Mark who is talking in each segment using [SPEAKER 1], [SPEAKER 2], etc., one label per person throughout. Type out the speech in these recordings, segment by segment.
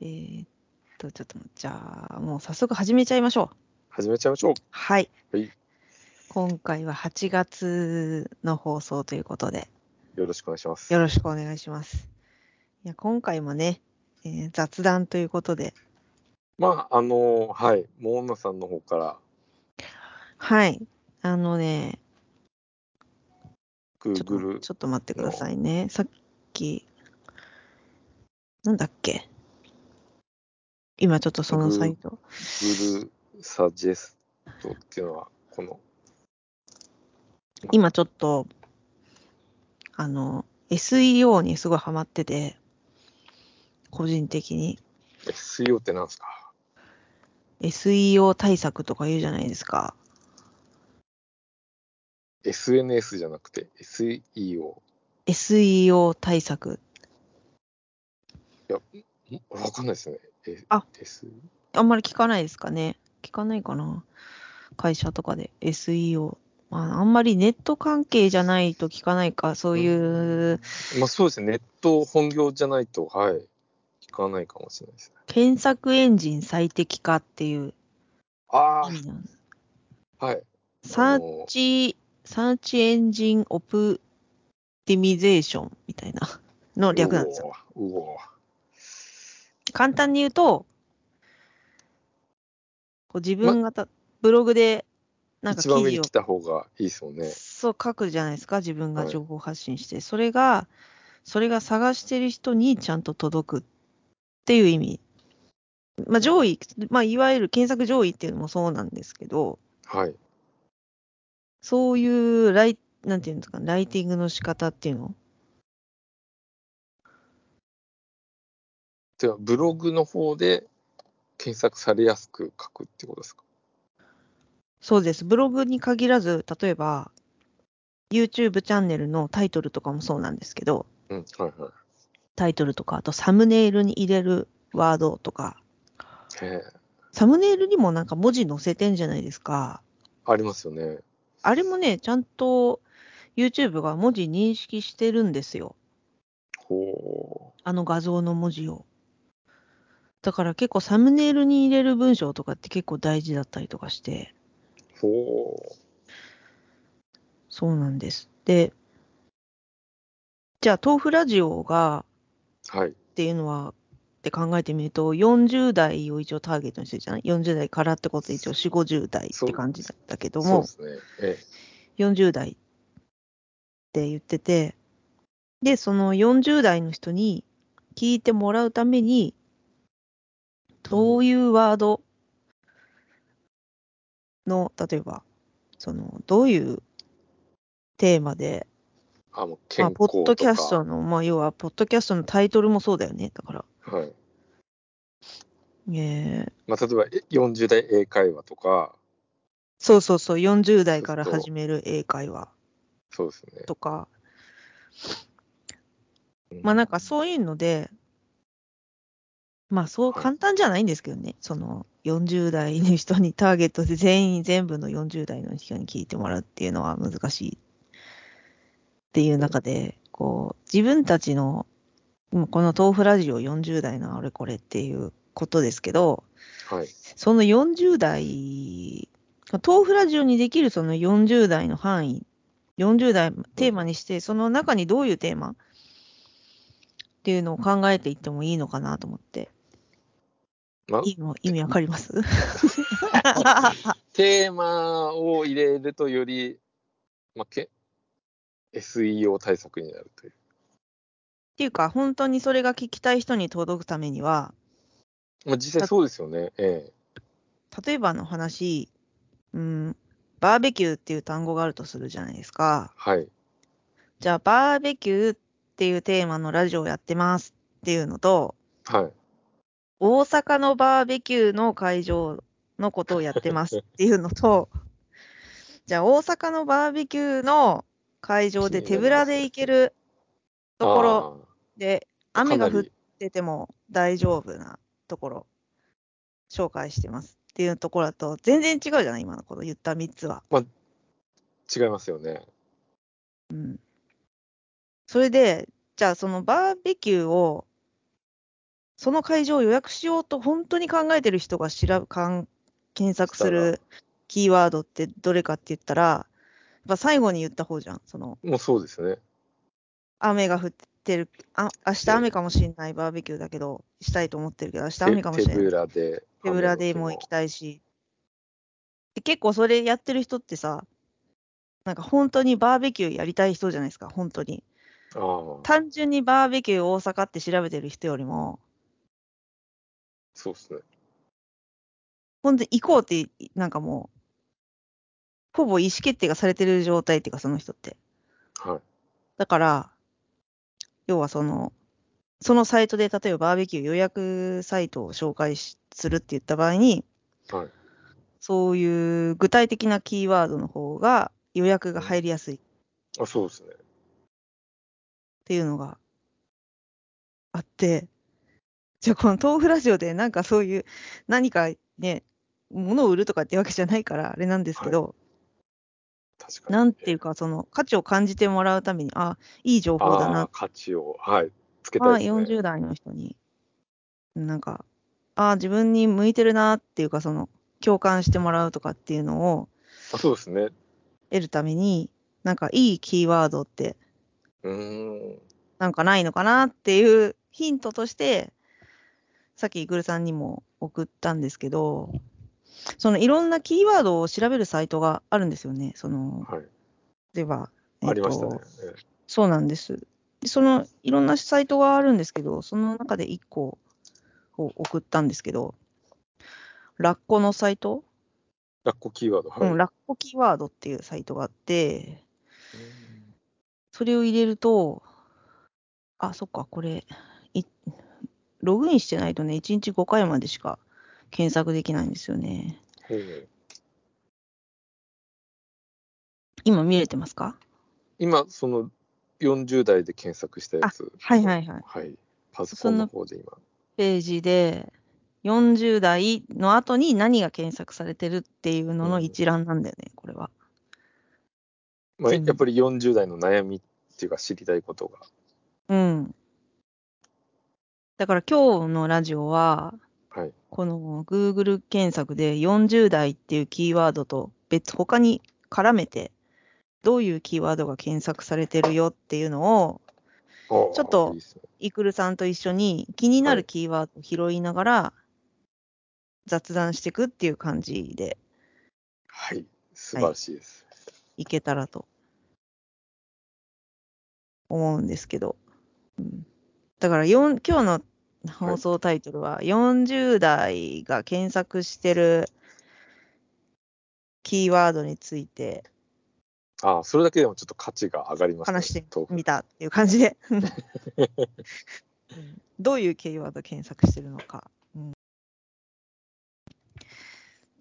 [SPEAKER 1] えーっと、ちょっと、じゃあ、もう早速始めちゃいましょう。
[SPEAKER 2] 始めちゃいましょう。
[SPEAKER 1] はい。
[SPEAKER 2] はい
[SPEAKER 1] 今回は8月の放送ということで、
[SPEAKER 2] よろしくお願いします。
[SPEAKER 1] よろしくお願いします。いや今回もね、えー雑談ということで、
[SPEAKER 2] まあ、あのはい、モーナさんの方から、
[SPEAKER 1] はい。あのね、ちょっ
[SPEAKER 2] Google
[SPEAKER 1] と、ちょっと待ってくださいね。さっき、なんだっけ今ちょっとそのサイト。
[SPEAKER 2] Google サジェストっていうのは、この、
[SPEAKER 1] 今ちょっと、あの、SEO にすごいハマってて、個人的に
[SPEAKER 2] SEO ってなんですか
[SPEAKER 1] SEO 対策とか言うじゃないですか。
[SPEAKER 2] ?SNS じゃなくて SEO。
[SPEAKER 1] SEO 対策。
[SPEAKER 2] んわかんないですね。え
[SPEAKER 1] あ
[SPEAKER 2] S
[SPEAKER 1] あんまり聞かないですかね。聞かないかな。会社とかで SEO。まあ、あんまりネット関係じゃないと聞かないか、そういう
[SPEAKER 2] まあ、そうですね。ネット本業じゃないと、はい、聞かないかもしれないですね。
[SPEAKER 1] 検索エンジン最適化っていう
[SPEAKER 2] あ
[SPEAKER 1] 意味なんです。
[SPEAKER 2] あ、はい。
[SPEAKER 1] サ
[SPEAKER 2] あ
[SPEAKER 1] ー
[SPEAKER 2] の
[SPEAKER 1] チ、サーチエンジンオプティミゼーションみたいなの略なんですよ。
[SPEAKER 2] うおーうおー
[SPEAKER 1] 簡単に言うと、こう自分がた、ブログでなんか
[SPEAKER 2] 一
[SPEAKER 1] 記
[SPEAKER 2] 番上に
[SPEAKER 1] 事を
[SPEAKER 2] 来た方がいいですもんね。
[SPEAKER 1] そう書くじゃないですか、自分が
[SPEAKER 2] はい
[SPEAKER 1] 情報発信して、それが、それが探してる人にちゃんと届くっていう意味。まあ、上位、まあ、いわゆる検索上位っていうのもそうなんですけど、
[SPEAKER 2] はい。
[SPEAKER 1] そういうライ、なんていうんですか、ライティングの仕方っていうの
[SPEAKER 2] では、ブログの方で検索されやすく書くってことですか
[SPEAKER 1] そうです。ブログに限らず、例えば、YouTube チャンネルのタイトルとかもそうなんですけど、
[SPEAKER 2] うん、はいはい。
[SPEAKER 1] タイトルとか、あとサムネイルに入れるワードとか、
[SPEAKER 2] え
[SPEAKER 1] サムネイルにもなんか文字載せてんじゃないですか。
[SPEAKER 2] ーありますよね。
[SPEAKER 1] あれもね、ちゃんと YouTube が文字認識してるんですよ。
[SPEAKER 2] ほ
[SPEAKER 1] あの画像の文字を。だから結構サムネイルに入れる文章とかって結構大事だったりとかして、
[SPEAKER 2] う。ほ
[SPEAKER 1] そうなんです。で、じゃあ、豆腐ラジオが
[SPEAKER 2] う。はい。
[SPEAKER 1] っていうのは、って考えてみると、40代を一応ターゲットにしてるじゃない ?40 代からってことで一応4、50代って感じだったけど
[SPEAKER 2] そう
[SPEAKER 1] も
[SPEAKER 2] で、すね。え
[SPEAKER 1] 40代って言ってて、で、その40代の人に聞いてもらうために、どういうワードの、例えば、その、どういうテーマで、
[SPEAKER 2] ーあ、もう健
[SPEAKER 1] まあ、
[SPEAKER 2] 康
[SPEAKER 1] ポ
[SPEAKER 2] とか。
[SPEAKER 1] ッドキャストの、まあ、要は、ポッドキャストのタイトルもそうだよね。だから、
[SPEAKER 2] はい。
[SPEAKER 1] えー
[SPEAKER 2] まあ、例えばえ40代英会話とか、
[SPEAKER 1] そうそうそう、40代から
[SPEAKER 2] そうそう
[SPEAKER 1] 始める英会話
[SPEAKER 2] そうですね。
[SPEAKER 1] とか、
[SPEAKER 2] う
[SPEAKER 1] まあなんかそういうので、まあそう
[SPEAKER 2] はい
[SPEAKER 1] 簡単じゃないんですけどね、その40代の人にターゲットで全員、全部の40代の人に聞いてもらうっていうのは難しいっていう中で、こう自分たちの、もうこの豆腐ラジオ40代のあれこれっていうことですけど、
[SPEAKER 2] はい。
[SPEAKER 1] その40代、豆腐ラジオにできるその40代の範囲、40代テーマにして、その中にどういうテーマっていうのを考えていってもいいのかなと思って。
[SPEAKER 2] まあ、
[SPEAKER 1] 意味も意味わかります
[SPEAKER 2] テーマを入れるとより、まあ、け SEO 対策になるという。
[SPEAKER 1] っていうか、本当にそれが聞きたい人に届くためには、
[SPEAKER 2] まあ、実際そうですよね。ええ
[SPEAKER 1] 例えばの話、うん、バーベキューっていう単語があるとするじゃないですか。
[SPEAKER 2] はい。
[SPEAKER 1] じゃあ、バーベキューっていうテーマのラジオをやってますっていうのと、
[SPEAKER 2] はい。
[SPEAKER 1] 大阪のバーベキューの会場のことをやってますっていうのと、 じゃあ大阪のバーベキューの会場で手ぶらで行けるところで、
[SPEAKER 2] あー
[SPEAKER 1] 雨が
[SPEAKER 2] かな
[SPEAKER 1] 降っ
[SPEAKER 2] り
[SPEAKER 1] てても大丈夫なところ、紹介してますっていうところだと、全然違うじゃない、今のこの言った3つは。
[SPEAKER 2] 違いますよね。
[SPEAKER 1] うん。それで、じゃあそのバーベキューを、その会場を予約しようと本当に考えてる人が調べかん検索するキーワードってどれかって言ったら、やっぱ最後に言った方じゃん。その
[SPEAKER 2] もうそうですね。
[SPEAKER 1] 雨が降ってる、あ明日雨かもしれないバーベキューだけど、したいと思ってるけど、明日雨かもし
[SPEAKER 2] 手
[SPEAKER 1] れ
[SPEAKER 2] ぶ
[SPEAKER 1] ない。
[SPEAKER 2] らで。
[SPEAKER 1] 手ぶらでも行きたいし。で結構それやってる人ってさ、なんか本当にバーベキューやりたい人じゃないですか、本当に。
[SPEAKER 2] ああ、
[SPEAKER 1] 単純にバーベキュー大阪って調べてる人よりも、
[SPEAKER 2] そうですね。
[SPEAKER 1] 本当に行こうって、なんかもう、ほぼ意思決定がされてる状態っていうか、その人って。
[SPEAKER 2] はい。
[SPEAKER 1] だから、要はその、そのサイトで、例えばバーベキュー予約サイトを紹介しするって言った場合に、
[SPEAKER 2] はい
[SPEAKER 1] そういう具体的なキーワードの方が予約が入りやすいっ
[SPEAKER 2] あ、そうですね。
[SPEAKER 1] ていうのがあって、じゃあこの豆腐ラジオでなんかそういう何かね、物を売るとかってわけじゃないからあれなんですけど、
[SPEAKER 2] 確かに。
[SPEAKER 1] なんていうか、その価値を感じてもらうために、あ、いい情報だ
[SPEAKER 2] あ
[SPEAKER 1] な
[SPEAKER 2] あ、価値を、はい。つけた
[SPEAKER 1] はい
[SPEAKER 2] ですね。
[SPEAKER 1] 40代の人に、なんか、ああ、自分に向いてるなっていうか、その、共感してもらうとかっていうのを
[SPEAKER 2] あ、そうですね。
[SPEAKER 1] 得るために、なんかいいキーワードって、
[SPEAKER 2] うーん。
[SPEAKER 1] なんかないのかなっていうヒントとして、さっきイグルさんにも送ったんですけど、そのいろんなキーワードを調べるサイトがあるんですよね。その、
[SPEAKER 2] はい。
[SPEAKER 1] 例えば、えっと
[SPEAKER 2] ありましたね。ええ
[SPEAKER 1] そうなんです。でそのいろんなサイトがあるんですけど、その中で1個を送ったんですけど、ラッコのサイト、
[SPEAKER 2] ラッコキーワード、はい。
[SPEAKER 1] うん、
[SPEAKER 2] ラ
[SPEAKER 1] ラッコキーワードっていうサイトがあって、それを入れると、あ、そっか、これ、いログインしてないとね、1日5回までしか検索できないんですよね。今見れてますか
[SPEAKER 2] 今、その40代で検索したやつ。
[SPEAKER 1] はいはいはい。
[SPEAKER 2] はい。パソコンの方で今。
[SPEAKER 1] ページで、40代の後に何が検索されてるっていうのの一覧なんだよね、これは。
[SPEAKER 2] まあ、
[SPEAKER 1] 全部
[SPEAKER 2] やっぱり40代の悩みっていうか知りたいことが。
[SPEAKER 1] うん。だから今日のラジオは、
[SPEAKER 2] はい。
[SPEAKER 1] この Google 検索で40代っていうキーワードと別、他に絡めて、どういうキーワードが検索されてるよっていうのを、
[SPEAKER 2] ちょ
[SPEAKER 1] ちょっと
[SPEAKER 2] いいすね
[SPEAKER 1] イクルさんと一緒に気になるキーワードを拾いながら、雑談していくっていう感じで
[SPEAKER 2] はい。素晴らしいです。
[SPEAKER 1] いけたらと思うんですけど。うん、だからよん今日の放送タイトルは、40代が検索してるキーワードについて
[SPEAKER 2] ああ、それだけでもちょっと価値が上がりますね。
[SPEAKER 1] 話して
[SPEAKER 2] トーク
[SPEAKER 1] みたっていう感じで。うんどういうキーワード検索してるのか。うんっ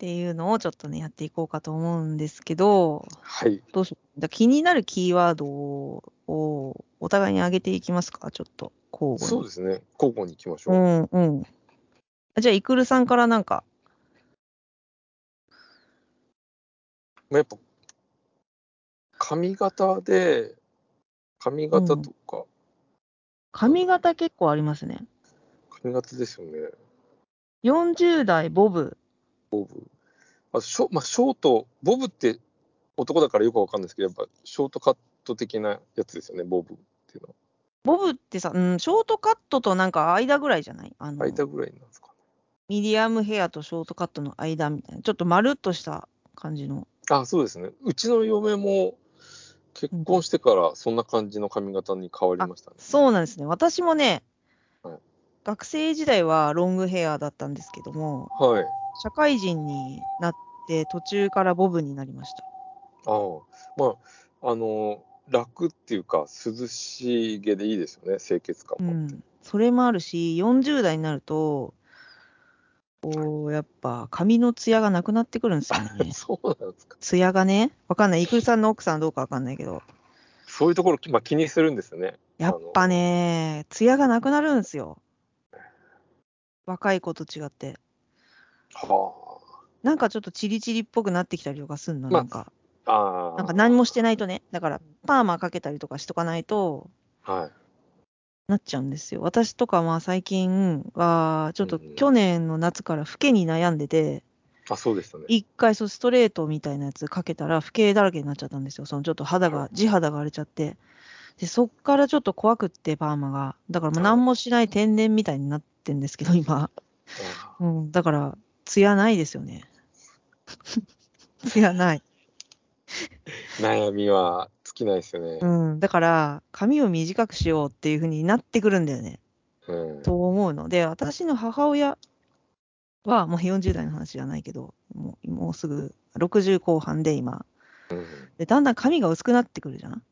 [SPEAKER 1] ていうのをちょっとね、やっていこうかと思うんですけど、
[SPEAKER 2] はい。
[SPEAKER 1] どうしよう。だ気になるキーワードををお互いに上げていきますか、ちょっと交互に。
[SPEAKER 2] そうですね。交互に行きましょう。
[SPEAKER 1] うんうん。じゃあ、イクルさんからなんか、
[SPEAKER 2] まあ、やっぱ、髪型で、髪型とか、
[SPEAKER 1] 髪型結構ありますね。
[SPEAKER 2] 髪型ですよね。
[SPEAKER 1] 40代ボブ。
[SPEAKER 2] ボブ。あショ,、まあ、ショート、ボブって男だからよくわかんないですけど、やっぱショートカット的なやつですよね、ボブっていうのは。
[SPEAKER 1] ボブってさ、うん、ショートカットとなんか間ぐらいじゃないあの、
[SPEAKER 2] 間ぐらいなんですかね。
[SPEAKER 1] ミディアムヘアとショートカットの間みたいな、ちょっとまるっとした感じの。
[SPEAKER 2] あ、そうですね。うちの嫁も結婚してからそんな感じの髪型に変わりましたね。
[SPEAKER 1] そうなんですね。私もね
[SPEAKER 2] はい、
[SPEAKER 1] 学生時代はロングヘアだったんですけども、
[SPEAKER 2] はい。
[SPEAKER 1] 社会人になって途中からボブになりました。
[SPEAKER 2] ああ、まあ、あの、楽っていうか、涼しげでいいですよね、清潔感
[SPEAKER 1] う
[SPEAKER 2] も。
[SPEAKER 1] ん。それもあるし、40代になると、こう、やっぱ髪のツヤがなくなってくるんですよね。
[SPEAKER 2] そうなんですか。
[SPEAKER 1] ツヤがね、わかんない。イクルさんの奥さんどうかわかんないけど、
[SPEAKER 2] そういうところ、まあ、気にするんですね。
[SPEAKER 1] やっぱね、ツヤがなくなるんですよ。若い子と違って。
[SPEAKER 2] は
[SPEAKER 1] なんかちょっとチリチリっぽくなってきたりとかすんの、
[SPEAKER 2] まあ
[SPEAKER 1] なんか。
[SPEAKER 2] あ。ああ。
[SPEAKER 1] なんか何もしてないとね。だから、パーマかけたりとかしとかないと、
[SPEAKER 2] はい。
[SPEAKER 1] なっちゃうんですよ。私とかまあ最近は、ちょっと
[SPEAKER 2] うん
[SPEAKER 1] 去年の夏から老けに悩んでて、
[SPEAKER 2] あ、そうでしたね。
[SPEAKER 1] 一回そうストレートみたいなやつかけたら、老けだらけになっちゃったんですよ。そのちょっと肌が、地肌が荒れちゃって。で、そっからちょっと怖くって、パーマが。だからもう何もしない天然みたいになってんですけど、今。
[SPEAKER 2] あ
[SPEAKER 1] うん、だから、艶ないですよね。 艶ない。
[SPEAKER 2] 悩みは尽きないですよね。
[SPEAKER 1] うん、だから、髪を短くしようっていう風になってくるんだよね。
[SPEAKER 2] うん。
[SPEAKER 1] と思うので、私の母親は、もう40代の話じゃないけど、もうもうすぐ60後半で今
[SPEAKER 2] うん
[SPEAKER 1] で、だんだん髪が薄くなってくるじゃん。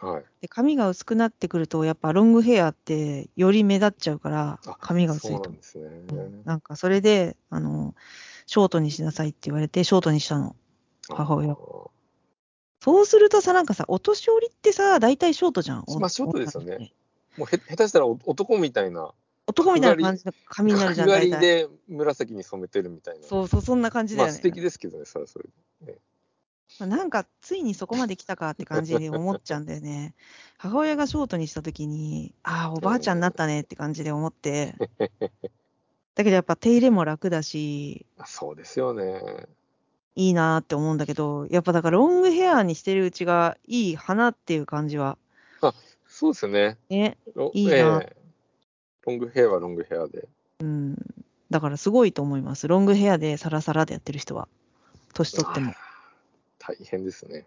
[SPEAKER 2] はい。
[SPEAKER 1] で髪が薄くなってくると、やっぱロングヘアってより目立っちゃうから
[SPEAKER 2] あ、
[SPEAKER 1] 髪が薄い
[SPEAKER 2] そうな
[SPEAKER 1] と
[SPEAKER 2] ん。ですね。
[SPEAKER 1] うんなんかそれであの、ショートにしなさいって言われて、ショートにしたの。母親
[SPEAKER 2] あ
[SPEAKER 1] そうするとさ、なんかさ、お年寄りってさ、大体ショートじゃん。
[SPEAKER 2] まあショートですよね。もうへ下手したらお男みたいな、
[SPEAKER 1] 男みたいな感じの髪になるじゃん、
[SPEAKER 2] 角刈
[SPEAKER 1] 大
[SPEAKER 2] り
[SPEAKER 1] 体。
[SPEAKER 2] で紫に染めてるみたいな。
[SPEAKER 1] そうそう、そんな感じだ
[SPEAKER 2] ま
[SPEAKER 1] よ
[SPEAKER 2] あ
[SPEAKER 1] ね。
[SPEAKER 2] 素敵ですけどね、それはそれで。
[SPEAKER 1] まあなんかついにそこまで来たかって感じで思っちゃうんだよね。 母親がショートにした時に、ああ、おばあちゃんになったねって感じで思 って。だけどやっぱ手入れも楽だし、
[SPEAKER 2] あそうですよね。
[SPEAKER 1] いいなーって思うんだけど、やっぱだからロングヘアにしてるうちがいい花っていう感じは。
[SPEAKER 2] そうですよね。
[SPEAKER 1] ね。
[SPEAKER 2] ロ
[SPEAKER 1] いいな
[SPEAKER 2] ええロングヘアはロングヘアで。
[SPEAKER 1] うん。だからすごいと思います。ロングヘアでサラサラでやってる人は。年取っても。
[SPEAKER 2] 大変ですね。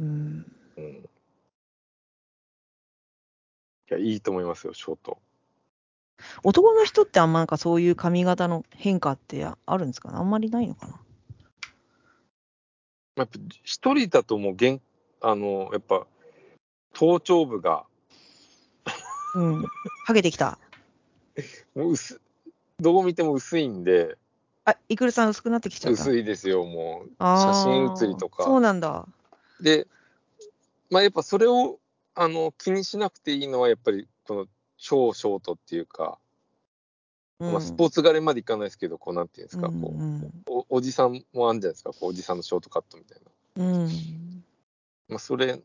[SPEAKER 1] うん。
[SPEAKER 2] うん。いや、いいと思いますよ、ショート。
[SPEAKER 1] 男の人ってあんまなんかそういう髪型の変化ってああるんですかねあんまりないのかな
[SPEAKER 2] まあやっぱ一人だともう限、あの、やっぱ、頭頂部が、
[SPEAKER 1] うん。ハゲてきた。
[SPEAKER 2] もう薄、どう見ても薄いんで、
[SPEAKER 1] あ、イクルさん薄くなってきちゃった。
[SPEAKER 2] 薄いですよ、もう。
[SPEAKER 1] あー
[SPEAKER 2] 写真写りとか
[SPEAKER 1] そうなんだ。
[SPEAKER 2] で、まあ、やっぱそれをあの気にしなくていいのは、やっぱりこの超ショートっていうか、
[SPEAKER 1] うん
[SPEAKER 2] まあ、スポーツ刈りまでいかないですけど、こうなんていうんですか、
[SPEAKER 1] うん
[SPEAKER 2] こう
[SPEAKER 1] うん
[SPEAKER 2] おおじさんもあるんじゃないですか、こうおじさんのショートカットみたいな。
[SPEAKER 1] うん。
[SPEAKER 2] まあ、それ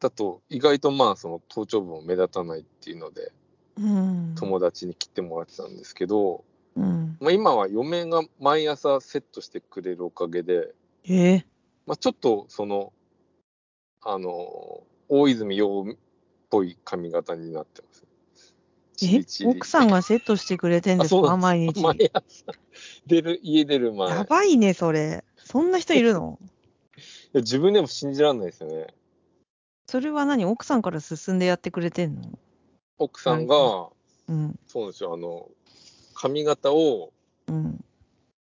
[SPEAKER 2] だと、意外とまあその頭頂部も目立たないっていうので、
[SPEAKER 1] うん。
[SPEAKER 2] 友達に切ってもらってたんですけど、
[SPEAKER 1] うん。
[SPEAKER 2] まあ、今は嫁が毎朝セットしてくれるおかげで、
[SPEAKER 1] えー
[SPEAKER 2] まあ、ちょっとその、あの、大泉洋っぽい髪型になってます。チリチ
[SPEAKER 1] え
[SPEAKER 2] リ
[SPEAKER 1] 奥さんがセットしてくれてんです
[SPEAKER 2] あそうな
[SPEAKER 1] か
[SPEAKER 2] んです
[SPEAKER 1] 毎日。
[SPEAKER 2] 毎朝出る、家出る前。い
[SPEAKER 1] や
[SPEAKER 2] や
[SPEAKER 1] ばいね、それ。そんな人いるの
[SPEAKER 2] 自分でも信じられないですよね。
[SPEAKER 1] それは何奥さんから進んでやってくれてんの
[SPEAKER 2] 奥さんが、
[SPEAKER 1] うん。
[SPEAKER 2] そうなんですよ、あの、髪型を
[SPEAKER 1] うん。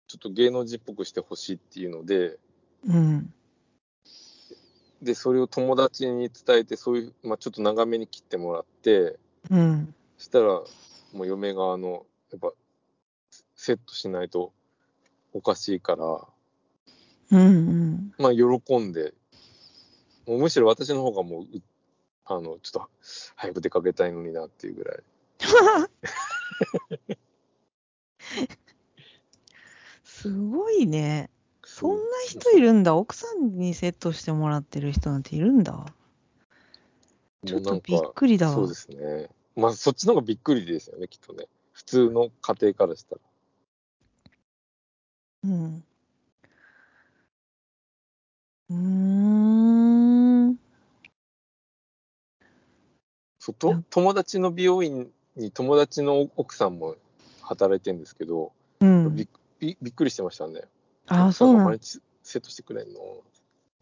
[SPEAKER 2] ちょっと芸能人っぽくしてほしいっていうので、
[SPEAKER 1] うん。
[SPEAKER 2] で、それを友達に伝えて、そういう、まあ、ちょっと長めに切ってもらって、
[SPEAKER 1] うん。
[SPEAKER 2] そしたら、もう嫁が、あの、やっぱ、セットしないとおかしいから、
[SPEAKER 1] うん。うん。
[SPEAKER 2] まあ、喜んで、もうむしろ私の方がもう、うあの、ちょっと早く出かけたいのになっていうぐらい。
[SPEAKER 1] すごいね。そんな人
[SPEAKER 2] い
[SPEAKER 1] いるんだ。奥さんにセットしてもらってる人なんているんだ。ちょっとびっくりだわ
[SPEAKER 2] そうですね。まあ、そっちの方がびっくりですよね、きっとね。普通の家庭からしたら。
[SPEAKER 1] うん。うーん。
[SPEAKER 2] そうと友達の美容院に友達の奥さんも働いてるんですけど、
[SPEAKER 1] うん
[SPEAKER 2] びっびびっくりしてましたね。
[SPEAKER 1] あ
[SPEAKER 2] 奥
[SPEAKER 1] あ、
[SPEAKER 2] さ
[SPEAKER 1] そ
[SPEAKER 2] ん
[SPEAKER 1] う
[SPEAKER 2] が
[SPEAKER 1] な
[SPEAKER 2] 毎
[SPEAKER 1] ん
[SPEAKER 2] 日セットしてくれんの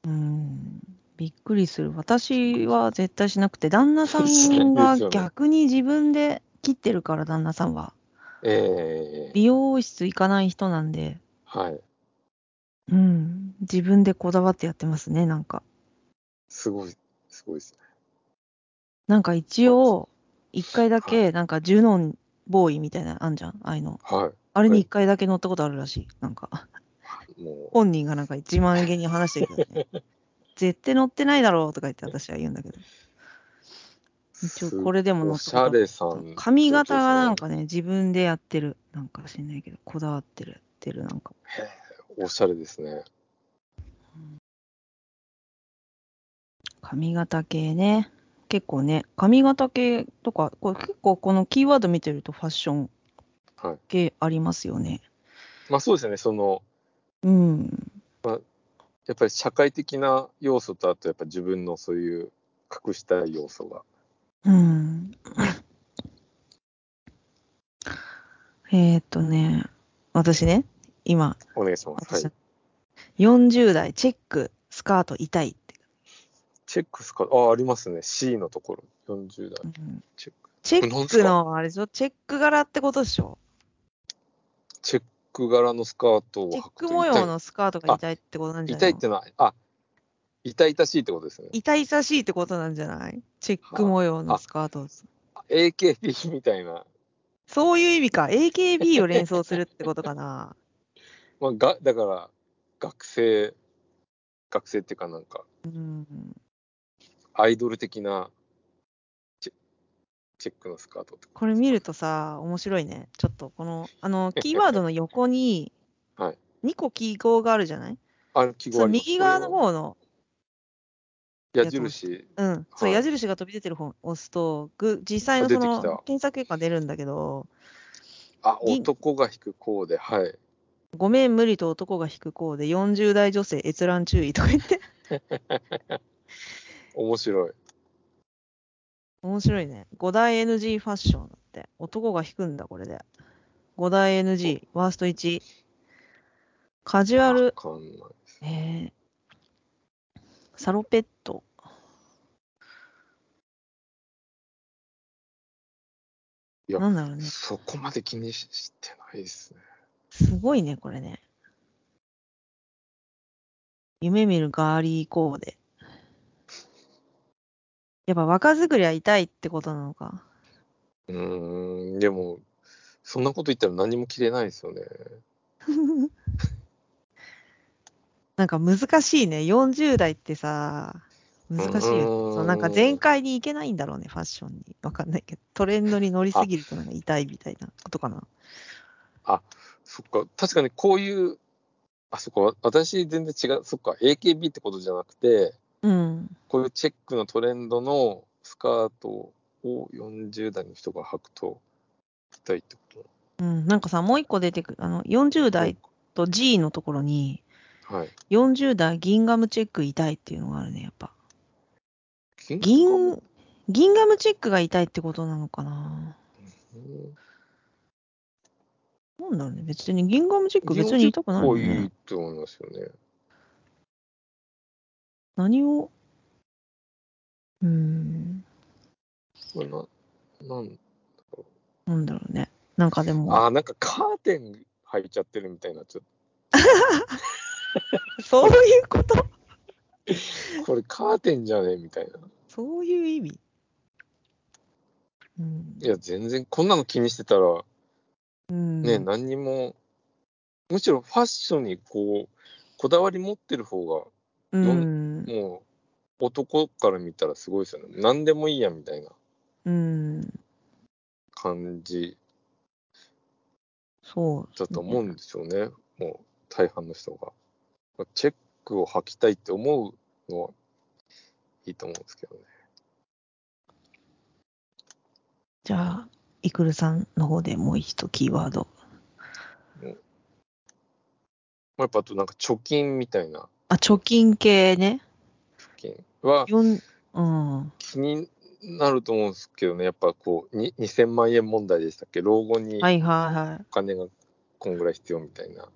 [SPEAKER 1] うん。びっくりする。私は絶対しなくて、旦那さん
[SPEAKER 2] そうですよ
[SPEAKER 1] が
[SPEAKER 2] ね
[SPEAKER 1] 逆に自分で切ってるから、旦那さんは。
[SPEAKER 2] ええ
[SPEAKER 1] 美容室行かない人なんで、
[SPEAKER 2] はい。
[SPEAKER 1] うん。自分でこだわってやってますね、なんか。
[SPEAKER 2] すごい、すごいですね。
[SPEAKER 1] なんか一応、一回だ
[SPEAKER 2] は
[SPEAKER 1] け、なんかジュノンボーイみたいなのあんじゃん、ああいうの。
[SPEAKER 2] は
[SPEAKER 1] あれに一回だけ乗ったことあるらしい。なんか。
[SPEAKER 2] い。もう、
[SPEAKER 1] 本人がなんか自慢げに話してるけどね。 絶対乗ってないだろうとか言って私は言うんだけど。一応これでも乗
[SPEAKER 2] お
[SPEAKER 1] っ
[SPEAKER 2] したゃ
[SPEAKER 1] こと
[SPEAKER 2] れさん。
[SPEAKER 1] 髪型がなん。かね、自分でやってる。なんか知んないけど、こだわってる、やってる、なんか。
[SPEAKER 2] おしゃれですね。
[SPEAKER 1] 髪型系ね。結構ね、髪型系とか、これ結構このキーワード見てるとファッション
[SPEAKER 2] はい
[SPEAKER 1] 系ありますよね。
[SPEAKER 2] まあそうですよね、その、
[SPEAKER 1] うん。
[SPEAKER 2] やっぱり社会的な要素と、あとやっぱ自分のそういう隠したい要素が。
[SPEAKER 1] うん。えーっとね、私ね、今、
[SPEAKER 2] お願いします。はい。
[SPEAKER 1] 40代チェック、スカート痛いって、
[SPEAKER 2] チェックスか、あ、ありますね。C のところ。40代
[SPEAKER 1] うん
[SPEAKER 2] チェック。
[SPEAKER 1] チェ
[SPEAKER 2] なん
[SPEAKER 1] ッ
[SPEAKER 2] す
[SPEAKER 1] ク
[SPEAKER 2] か
[SPEAKER 1] の、あれでしょ、チェック柄ってことでしょ。
[SPEAKER 2] チェック柄のスカートを
[SPEAKER 1] チェ
[SPEAKER 2] 履
[SPEAKER 1] ッ
[SPEAKER 2] くと
[SPEAKER 1] ク模様のスカートが痛いってことなんじ
[SPEAKER 2] 痛
[SPEAKER 1] ゃな
[SPEAKER 2] い痛
[SPEAKER 1] い
[SPEAKER 2] いってのは、あ、痛々しいってことですね。
[SPEAKER 1] 痛々しいってことなんじゃないチェック模様のスカート。
[SPEAKER 2] AKB みたいな。
[SPEAKER 1] そういう意味か。AKB を連想するってことかな。
[SPEAKER 2] まあ、がだから、学生、学生っていうかなんか、
[SPEAKER 1] うん。
[SPEAKER 2] アイドル的なチェチェックのスカートって
[SPEAKER 1] これ見るとさ、面白いね。ちょっと、この、あ の、キーワードの横に、
[SPEAKER 2] はい
[SPEAKER 1] 2個記号があるじゃない
[SPEAKER 2] あ記号
[SPEAKER 1] そ
[SPEAKER 2] あ
[SPEAKER 1] う
[SPEAKER 2] ります
[SPEAKER 1] 右側の方の、
[SPEAKER 2] 矢印、
[SPEAKER 1] うん、そう、
[SPEAKER 2] はい
[SPEAKER 1] 矢印が飛び出てる方を押すと、ぐ実際の
[SPEAKER 2] あ出
[SPEAKER 1] そ
[SPEAKER 2] てきた
[SPEAKER 1] の検索結果出るんだけど、
[SPEAKER 2] あ、
[SPEAKER 1] 銀
[SPEAKER 2] 男が引くコーデ、はい。
[SPEAKER 1] ごめん、無理と男が引く項で、40代女性閲覧注意とか言って、
[SPEAKER 2] 面白い。
[SPEAKER 1] 面白いね。5大 NG ファッションだって。男が引くんだ、これで。5大 NG、ワースト1。カジュア
[SPEAKER 2] わ
[SPEAKER 1] ル、
[SPEAKER 2] かんない。
[SPEAKER 1] えー、サロペット。
[SPEAKER 2] いや
[SPEAKER 1] なんだろうね。
[SPEAKER 2] そこまで気にししてないですね。
[SPEAKER 1] すごいね、これね。夢見るガーリーコーデ。やっぱ若作りは痛いってことなのか。
[SPEAKER 2] うーん、でも、そんなこと言ったら何も着れないですよね。
[SPEAKER 1] なんか難しいね。40代ってさ、難しいよ
[SPEAKER 2] う
[SPEAKER 1] ね。
[SPEAKER 2] ん
[SPEAKER 1] そうなんか全開に行けないんだろうね、ファッションに。わかんないけど。トレンドに乗りすぎるとなんか痛いみたいなことかな。
[SPEAKER 2] そっか、確かにこういう、あ、そっか、わ私全然違う、そっか、AKB ってことじゃなくて、
[SPEAKER 1] うん。
[SPEAKER 2] こういうチェックのトレンドのスカートを40代の人が履くと、痛いってこ
[SPEAKER 1] うん。なんかさ、もう一個出てくる。あの、40代と G のところに、
[SPEAKER 2] と。はい。
[SPEAKER 1] 40代ギンガムチェック痛いっていうのがあるね、やっぱ。
[SPEAKER 2] 銀
[SPEAKER 1] 銀、ギンガムチェックが痛いってことなのかな
[SPEAKER 2] うん
[SPEAKER 1] なんだろうね。別にギンガムチェック別に痛くない
[SPEAKER 2] こ
[SPEAKER 1] よ
[SPEAKER 2] うい
[SPEAKER 1] ね
[SPEAKER 2] い。と思いますよね。
[SPEAKER 1] 何を。うーん。
[SPEAKER 2] これななん
[SPEAKER 1] なんだろうね。なんかでも、
[SPEAKER 2] あー、なんかカーテン履いちゃってるみたいになっちゃっ
[SPEAKER 1] そういうこと
[SPEAKER 2] た。これカーテンじゃねえみたいな。
[SPEAKER 1] そういう意味。うん
[SPEAKER 2] い。や、全然、こんなの気にしてたら、
[SPEAKER 1] うん、
[SPEAKER 2] ね、何にも、むしろファッションにこう、こだわり持ってる方が、
[SPEAKER 1] うん。
[SPEAKER 2] もう、男から見たらすごいですよね。何でもいいやみたいな
[SPEAKER 1] うん。
[SPEAKER 2] 感じ
[SPEAKER 1] そう。
[SPEAKER 2] だと思うんでしょうね、もう、大半の人が。チェックを履きたいって思うのはいいと思うんですけどね。
[SPEAKER 1] じゃあ、イクルさんの方でもう一キーワード。
[SPEAKER 2] まあやっぱあとなんか貯金みたいな
[SPEAKER 1] あ、貯金系ね。
[SPEAKER 2] 貯金は
[SPEAKER 1] よんうん。
[SPEAKER 2] 気になると思うんですけどね、やっぱこう、に2000万円問題でしたっけ、老後に。
[SPEAKER 1] はいはいはい。
[SPEAKER 2] お金がこんぐらい必要みたいな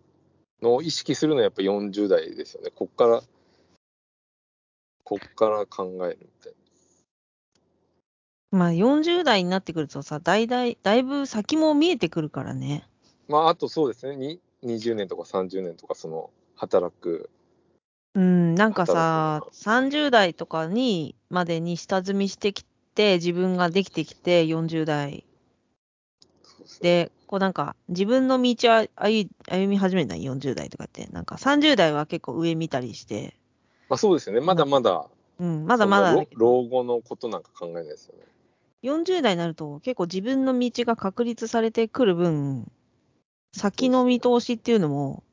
[SPEAKER 2] のを意識するのはやっぱ40代ですよね。こっから、こっから考えるみたい
[SPEAKER 1] まあ40代になってくるとさ、だいだい、だいぶ先も見えてくるからね。
[SPEAKER 2] な。まあ、あとそうですね、に20年とか30年とか、その、働く。
[SPEAKER 1] うん、なんか
[SPEAKER 2] 働
[SPEAKER 1] さ、30代とかにまでに下積みしてきて、自分ができてきて、40代
[SPEAKER 2] そうですね
[SPEAKER 1] で、こうなんか、自分の道を歩歩み始めない、40代とかって。なんか30代は結構上見たりして、
[SPEAKER 2] まあそうですよね、まだまだ、
[SPEAKER 1] うん、まだまだ
[SPEAKER 2] そ
[SPEAKER 1] だ
[SPEAKER 2] の
[SPEAKER 1] けど
[SPEAKER 2] 老老後のことなんか考えないですよね。
[SPEAKER 1] 40代になると結構自分の道が確立されてくる分、先の見通しっていうのも、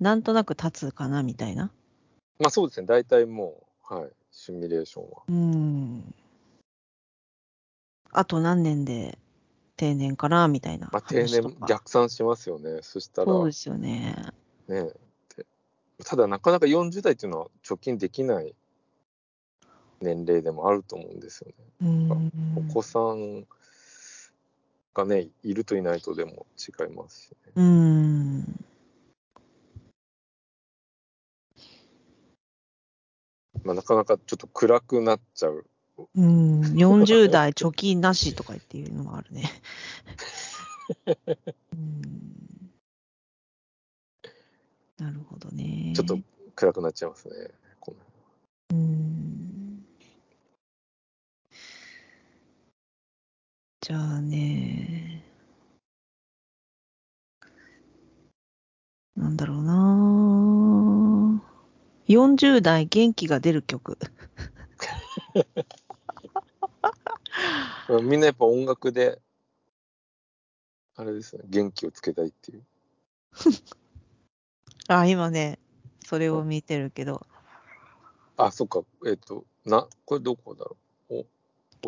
[SPEAKER 1] なんとなく立つかな、みたいな。
[SPEAKER 2] まあそうですね、大体もう、はい、シミュレーションは。
[SPEAKER 1] うん。あと何年で定年かなみたいな
[SPEAKER 2] まあ、定
[SPEAKER 1] 話と
[SPEAKER 2] 年
[SPEAKER 1] か、
[SPEAKER 2] 逆算しますよね。そしたら、
[SPEAKER 1] そうですよね。
[SPEAKER 2] ねってただなかなか40代っていうのは貯金できない年齢でもあると思うんですよね。
[SPEAKER 1] うん
[SPEAKER 2] お子さんがね、いるといないとでも違いますしね。
[SPEAKER 1] うん
[SPEAKER 2] まあ、なかなかちょっと暗くなっちゃう。
[SPEAKER 1] うん、40代貯金なしとかっていうのもあるね。うんなるほどね。
[SPEAKER 2] ちょっと暗くなっちゃいますね。この
[SPEAKER 1] うん。じゃあね。なんだろうな。40代元気が出る曲。
[SPEAKER 2] まあみんなやっぱ音楽で、あれですね、元気をつけたいっていう。
[SPEAKER 1] あ、今ね、それを見てるけど。
[SPEAKER 2] あ、そっか、えっ、と、な、これどこだろう。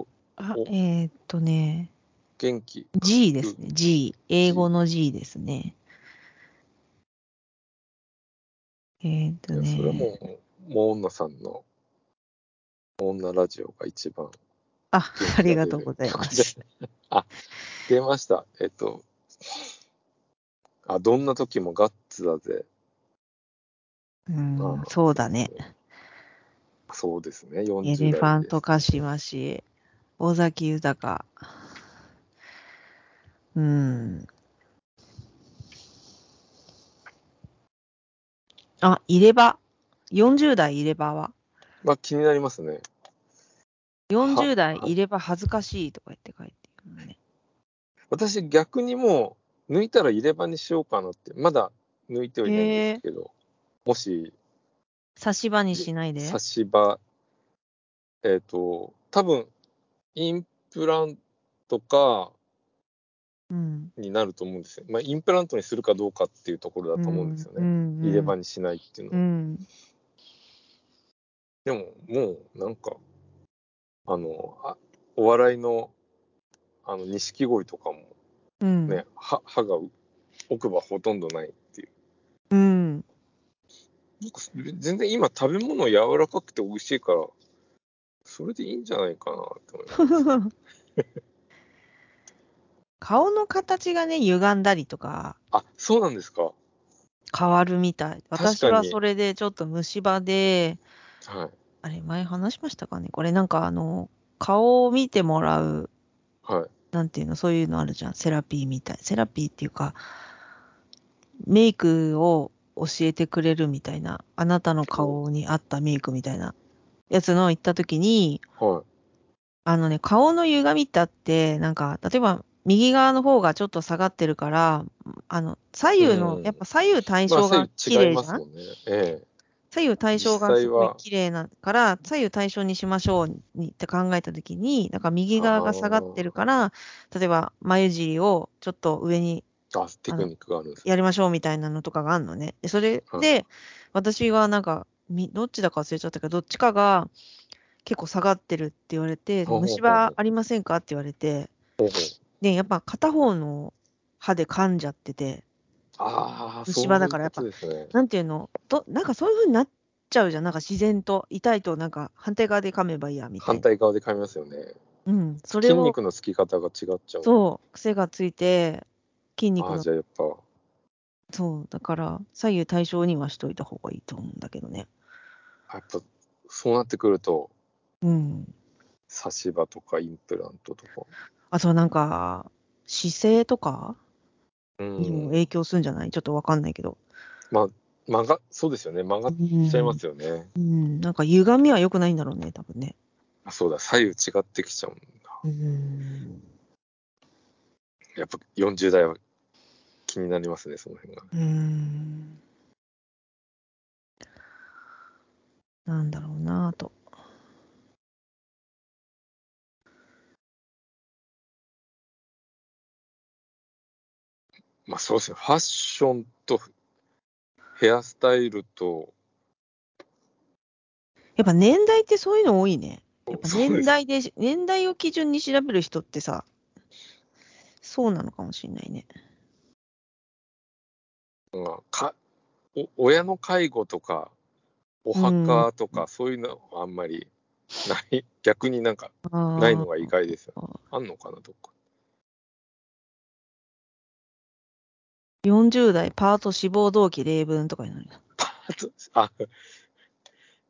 [SPEAKER 2] お、
[SPEAKER 1] あ
[SPEAKER 2] お
[SPEAKER 1] えーっとね、
[SPEAKER 2] 元気。
[SPEAKER 1] G ですね、G。英語の G ですね。えーっと
[SPEAKER 2] いや
[SPEAKER 1] ね、
[SPEAKER 2] それはもう、もう女さんの、もう女ラジオが一番。
[SPEAKER 1] あ、ありがとうございます。
[SPEAKER 2] 出ました。えっと、あ、どんな時もガッツだぜ。
[SPEAKER 1] うん
[SPEAKER 2] あ、
[SPEAKER 1] そうだね。。
[SPEAKER 2] そうですね、
[SPEAKER 1] エ
[SPEAKER 2] 40
[SPEAKER 1] レ
[SPEAKER 2] 代
[SPEAKER 1] ファン
[SPEAKER 2] です
[SPEAKER 1] トカシマシ、尾崎豊。うん。あ、入れ歯。40代入れ歯は。
[SPEAKER 2] まあ気になりますね。
[SPEAKER 1] 40代
[SPEAKER 2] は
[SPEAKER 1] 入れ歯恥ずかしいとか言って書いてるね。
[SPEAKER 2] 私逆にもう抜いたら入れ歯にしようかなってまだ抜いてはいないんですけど、もし
[SPEAKER 1] 差し歯にしないで。
[SPEAKER 2] 差し歯えっ、と多分インプラントか
[SPEAKER 1] うん。
[SPEAKER 2] になると思うんですよ、まあ、インプラントにするかどうかっていうところだと思うんですよね、
[SPEAKER 1] ね
[SPEAKER 2] 入れ歯にしないっていうの
[SPEAKER 1] う
[SPEAKER 2] は、
[SPEAKER 1] ん。
[SPEAKER 2] でももうなんかあのあお笑いのあの錦鯉とかも
[SPEAKER 1] うん。
[SPEAKER 2] ね、歯歯が奥歯ほとんどないっていう
[SPEAKER 1] うん。
[SPEAKER 2] 僕全然今食べ物柔らかくて美味しいからそれでいいんじゃないかなって思 います
[SPEAKER 1] 顔の形がね、歪んだりとか
[SPEAKER 2] あそうなんですかは
[SPEAKER 1] 変わるみたい。
[SPEAKER 2] 確かに
[SPEAKER 1] 私はそれでちょっと虫歯で、
[SPEAKER 2] い
[SPEAKER 1] あれ、前話しましたかねこれなんかあの、顔を見てもらう、
[SPEAKER 2] はい
[SPEAKER 1] なんていうの、そういうのあるじゃん。セラピーみたい。セラピーっていうか、メイクを教えてくれるみたいな、あなたの顔に合ったメイクみたいなやつの行った時に、
[SPEAKER 2] は
[SPEAKER 1] あのね、顔の歪みってあって、なんか、例えば、右側の方がちょっと下がってるから、あの、左右の、
[SPEAKER 2] うん
[SPEAKER 1] やっぱ左右対
[SPEAKER 2] いまあ
[SPEAKER 1] 称
[SPEAKER 2] 左
[SPEAKER 1] が綺
[SPEAKER 2] 右違い
[SPEAKER 1] 麗じ
[SPEAKER 2] ま
[SPEAKER 1] ゃ
[SPEAKER 2] す
[SPEAKER 1] ん、
[SPEAKER 2] もんねええ
[SPEAKER 1] 左右対称が
[SPEAKER 2] 実際
[SPEAKER 1] すごい
[SPEAKER 2] は
[SPEAKER 1] 綺麗なから、左右対称にしましょうにって考えたときに、なんか右側が下がってるから、例えば眉尻をちょっと上に
[SPEAKER 2] あテクニックがあるんですね
[SPEAKER 1] やりましょうみたいなのとかがあるのね。でそれ
[SPEAKER 2] はい
[SPEAKER 1] で、私がなんか、みどっちだか忘れちゃったけど、どっちかが結構下がってるって言われて、
[SPEAKER 2] ほうほうほう
[SPEAKER 1] 虫歯ありませんかって言われて、
[SPEAKER 2] ほうほう
[SPEAKER 1] で、やっぱ片方の歯で噛んじゃってて、
[SPEAKER 2] ああ
[SPEAKER 1] 虫歯だからやっぱ
[SPEAKER 2] そういうことですね
[SPEAKER 1] なんていうの、どなんかそういう風になっちゃうじゃん、なんか自然と、痛いとなんか反対側で噛めばいいやみたい
[SPEAKER 2] 反
[SPEAKER 1] な。
[SPEAKER 2] 対側で噛みますよね
[SPEAKER 1] うん、それ
[SPEAKER 2] 筋
[SPEAKER 1] を、
[SPEAKER 2] 肉のつき方が違っちゃう
[SPEAKER 1] そう、癖がついて、筋肉
[SPEAKER 2] ああ
[SPEAKER 1] の
[SPEAKER 2] じ、ゃあやっぱ
[SPEAKER 1] そう、だから左右対称にはしといた方がいいと思うんだけどね。
[SPEAKER 2] やっぱそうなってくると
[SPEAKER 1] うん。
[SPEAKER 2] 差し歯とかインプラントとか
[SPEAKER 1] あとはなんか、姿勢とか
[SPEAKER 2] う
[SPEAKER 1] にも
[SPEAKER 2] ん
[SPEAKER 1] 影響するんじゃない、ちょっとわかんないけど。
[SPEAKER 2] 曲がそうですよね曲がっちゃいますよね、
[SPEAKER 1] うん、なんか歪みは良くないんだろうね、多分ね。
[SPEAKER 2] あそうだ左右違ってきちゃうんだ
[SPEAKER 1] うん。
[SPEAKER 2] やっぱ40代は気になりますね、その辺が。
[SPEAKER 1] うーんなんだろうなぁと。
[SPEAKER 2] まあそうですね、ファッションとヘアスタイルと、
[SPEAKER 1] やっぱ年代ってそういうの多いね。やっぱ
[SPEAKER 2] そうで
[SPEAKER 1] 年
[SPEAKER 2] す
[SPEAKER 1] 代で、年代を基準に調べる人ってさ、そうなのかもしれないね。
[SPEAKER 2] うんかお親の介護とか、お墓とか、そういうのはあんまりない、逆になんかないのが意外ですよ。
[SPEAKER 1] あー
[SPEAKER 2] あんのかな、どっか。
[SPEAKER 1] 40代パート志望動機例文とかになるな。
[SPEAKER 2] あとあ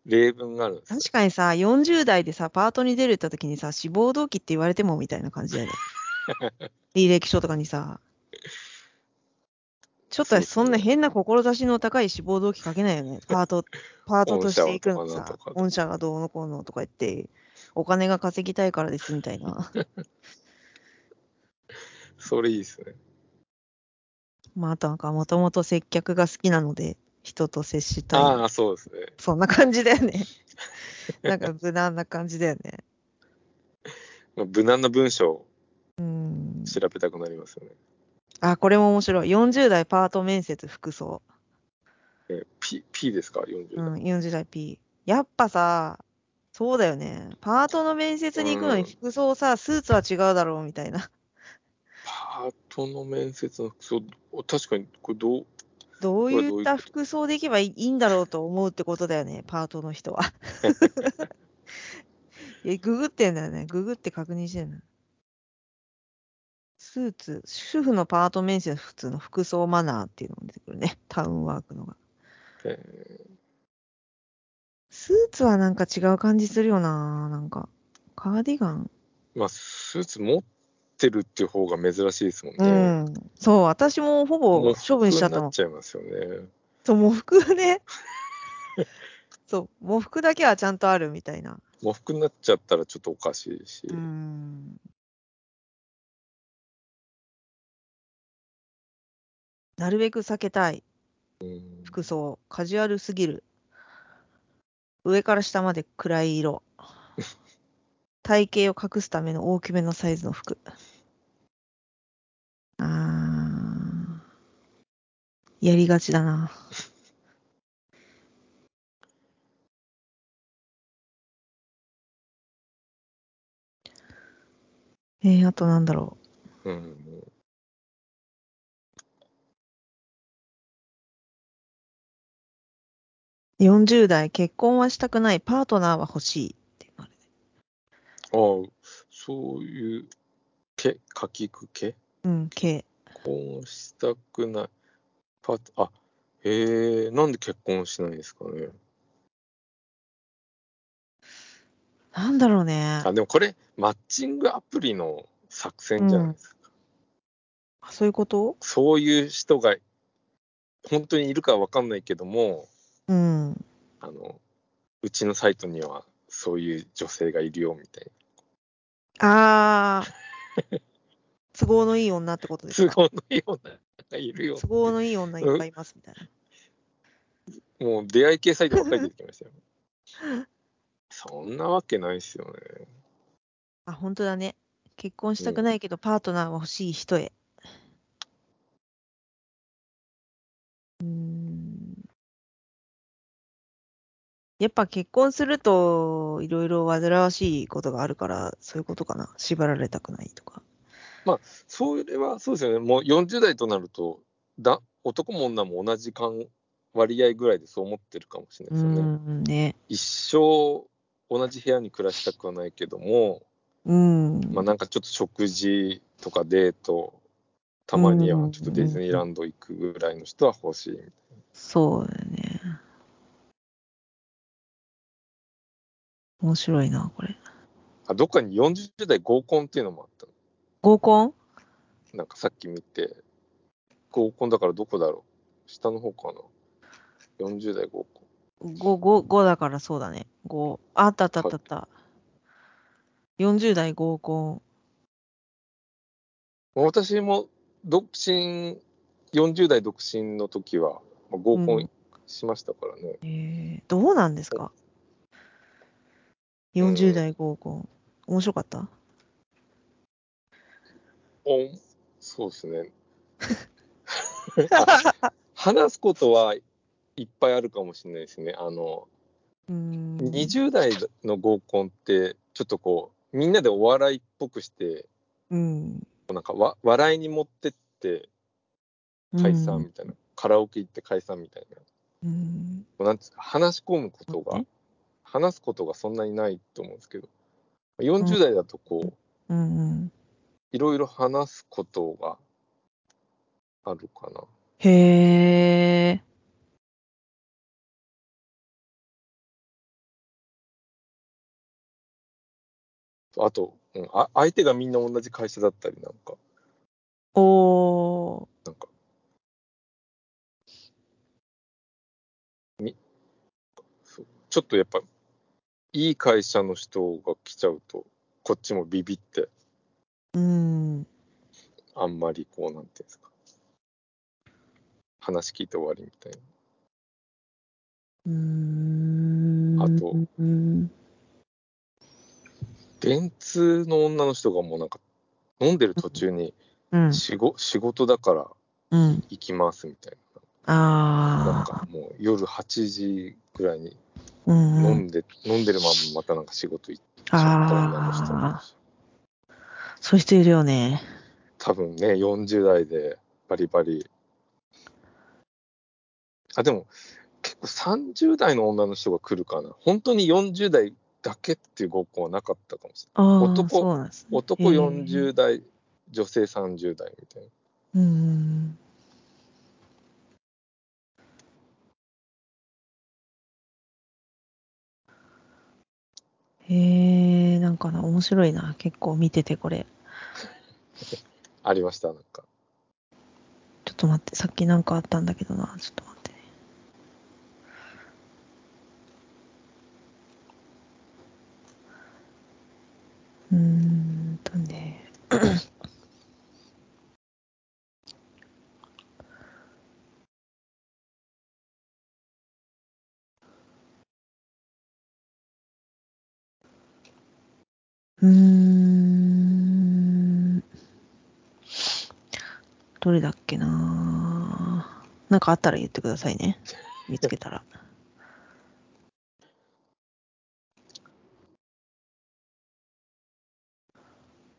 [SPEAKER 2] 例文があるんですね
[SPEAKER 1] 確かにさ、40代でさ、パートに出るって言った時にさ、志望動機って言われてもみたいな感じだよ ね。履歴書とかにさ。ちょっ
[SPEAKER 2] そう
[SPEAKER 1] と
[SPEAKER 2] そ
[SPEAKER 1] そ
[SPEAKER 2] う
[SPEAKER 1] んな変な志の高い志望動機書けないよね。パート、パートとしていくの
[SPEAKER 2] 御社は
[SPEAKER 1] さ
[SPEAKER 2] どうかなとか、
[SPEAKER 1] 御社がどうのこうのとか言って、お金が稼ぎたいからですみたいな。
[SPEAKER 2] それいいですね。
[SPEAKER 1] まあ、あとなんか、もともと接客が好きなので、人と接したい。
[SPEAKER 2] ああ、そうですね。
[SPEAKER 1] そんな感じだよね。なんか無難な感じだよね。
[SPEAKER 2] まあ無難な文章を
[SPEAKER 1] うん。
[SPEAKER 2] 調べたくなりますよね。
[SPEAKER 1] あ、これも面白い。40代パート面接服装。
[SPEAKER 2] えー P, P ですか、40
[SPEAKER 1] う
[SPEAKER 2] 代。
[SPEAKER 1] ん、40代 P。やっぱさ、そうだよね。パートの面接に行くの
[SPEAKER 2] うん
[SPEAKER 1] に服装さ、スーツは違うだろうみたいな。
[SPEAKER 2] パートの面接の服装、確かに、これどう、
[SPEAKER 1] どう
[SPEAKER 2] これど
[SPEAKER 1] いう
[SPEAKER 2] い
[SPEAKER 1] っ
[SPEAKER 2] う
[SPEAKER 1] た服装で行けばいいんだろうと思うってことだよね、パートの人は。 え、ググってんだよね。ググって確認してんだ。スーツ、主婦のパート面接普通の服装マナーっていうのも出てくるね。タウンワークのが。
[SPEAKER 2] え
[SPEAKER 1] スーツはなんか違う感じするよななんか。カーディガン。
[SPEAKER 2] ーまあ、スーツ持ってるっていう方が珍しいですもん
[SPEAKER 1] う
[SPEAKER 2] ね。
[SPEAKER 1] ん。そう、私もほぼ処分しちゃった
[SPEAKER 2] に
[SPEAKER 1] も
[SPEAKER 2] なんっ。ちゃいますよね。
[SPEAKER 1] そう、喪服 ね。そう、喪服だけはちゃんとあるみたいな。
[SPEAKER 2] 喪服になっちゃったらちょっとおかしいし、
[SPEAKER 1] うん。なるべく避けたい
[SPEAKER 2] うん
[SPEAKER 1] 服装。カジュアルすぎる。上から下まで暗い色。体型を隠すための大きめのサイズの服。あーやりがちだな。えー、あとなんだろう。
[SPEAKER 2] うん
[SPEAKER 1] 40代、結婚はしたくない、パートナーは欲しいっていうのある
[SPEAKER 2] ああ、そういう、け、書きくけ
[SPEAKER 1] うん、系。
[SPEAKER 2] 婚したくない。パート、あ、へえ、なんで結婚しないんですかね。
[SPEAKER 1] なんだろうね。
[SPEAKER 2] あ、でもこれ、マッチングアプリの作戦じゃないですか。
[SPEAKER 1] あそういうこと
[SPEAKER 2] そういう人が、本当にいるかわかんないけども、
[SPEAKER 1] うん。
[SPEAKER 2] あの、うちのサイトには、そういう女性がいるよ、みたい
[SPEAKER 1] あ ー。都合のいい女ってこと
[SPEAKER 2] な。
[SPEAKER 1] ですか
[SPEAKER 2] 都合のいい女がいるよ。
[SPEAKER 1] 都合のいい女いっぱいいますみたいな。
[SPEAKER 2] もう出会い系サイトばっかり出てきましたよ。 そんなわけないっすよね。
[SPEAKER 1] あ、本当だね。結婚したくないけど、パートナーは欲しい人へ。うーん。やっぱ結婚すると、いろいろ煩わしいことがあるから、そういうことかな。縛られたくないとか。
[SPEAKER 2] それはそうですよね、もう40代となると、だ男も女も同じ感割合ぐらいでそう思ってるかもしれな
[SPEAKER 1] う
[SPEAKER 2] いですよね。
[SPEAKER 1] ん、ね。
[SPEAKER 2] 一生同じ部屋に暮らしたくはないけども、
[SPEAKER 1] うん。
[SPEAKER 2] まあ、なんかちょっと食事とかデート、たまにはちょっとディズニーランド行くぐらいの人は欲しい。
[SPEAKER 1] そうだね。面白いな、これ。
[SPEAKER 2] あどっかに40代合コンっていうのもあったの
[SPEAKER 1] 合コン
[SPEAKER 2] なんかさっき見て、合コンだからどこだろう下の方かな ?40 代合コン。
[SPEAKER 1] 五五五だからそうだね。五ああったあったあったあった。40代合コ
[SPEAKER 2] 私も独身、40代独身の時は、まあ合コンしましたからね。
[SPEAKER 1] ン。えー、どうなんですか ?40 代合コン。面白かった
[SPEAKER 2] おそうですね。あ話すことはいっぱいあるかもしれないですね。あの、
[SPEAKER 1] うーん。
[SPEAKER 2] 20代の合コンって、ちょっとこう、みんなでお笑いっぽくして、
[SPEAKER 1] うん。
[SPEAKER 2] なんかわ笑いに持ってって解散みたいな、カラオケ行って解散みたいな、も
[SPEAKER 1] うん。
[SPEAKER 2] うなんつうか話し込むことが
[SPEAKER 1] ね、
[SPEAKER 2] 話すことがそんなにないと思うんですけど、40代だとこう、
[SPEAKER 1] うんうん。
[SPEAKER 2] いろいろ話すことがあるかな。
[SPEAKER 1] へえ。
[SPEAKER 2] あと、うん、あ相手がみんな同じ会社だったりなんか、
[SPEAKER 1] おー。
[SPEAKER 2] なんか、みそうちょっとやっぱ、いい会社の人が来ちゃうと、こっちもビビって、
[SPEAKER 1] うん。
[SPEAKER 2] あんまりこう、なんていうんですか、話聞いて終わりみたいな。
[SPEAKER 1] うーん。
[SPEAKER 2] あと
[SPEAKER 1] うん。
[SPEAKER 2] 電通の女の人がもうなんか、飲んでる途中に、
[SPEAKER 1] うん。
[SPEAKER 2] 仕事仕事だから
[SPEAKER 1] うん。
[SPEAKER 2] 行きますみたいな。なん
[SPEAKER 1] ああ。
[SPEAKER 2] かもう夜8時ぐらいに
[SPEAKER 1] うんうん。
[SPEAKER 2] 飲んで、飲んでるまままたなんか仕事行っちゃった女の人もい
[SPEAKER 1] あ
[SPEAKER 2] る
[SPEAKER 1] あ。
[SPEAKER 2] し。
[SPEAKER 1] そういう人いるよね。
[SPEAKER 2] 多分ね、40代でバリバリ。あ、でも、結構30代の女の人が来るかな。本当に40代だけっていうごっこはなかったかもしれ
[SPEAKER 1] ああ。
[SPEAKER 2] 男
[SPEAKER 1] そうなんですね
[SPEAKER 2] ない。男
[SPEAKER 1] へえ
[SPEAKER 2] 40代、女性30代みたいな。
[SPEAKER 1] うん。へえ、なんかな、面白いな。結構見てて、これ。
[SPEAKER 2] ありました、なんか。
[SPEAKER 1] ちょっと待って、さっきなんかあったんだけどな。ちょっと待ってね。うーんとね。うーん。どれだっけななんかあったら言ってくださいね。見つけたら。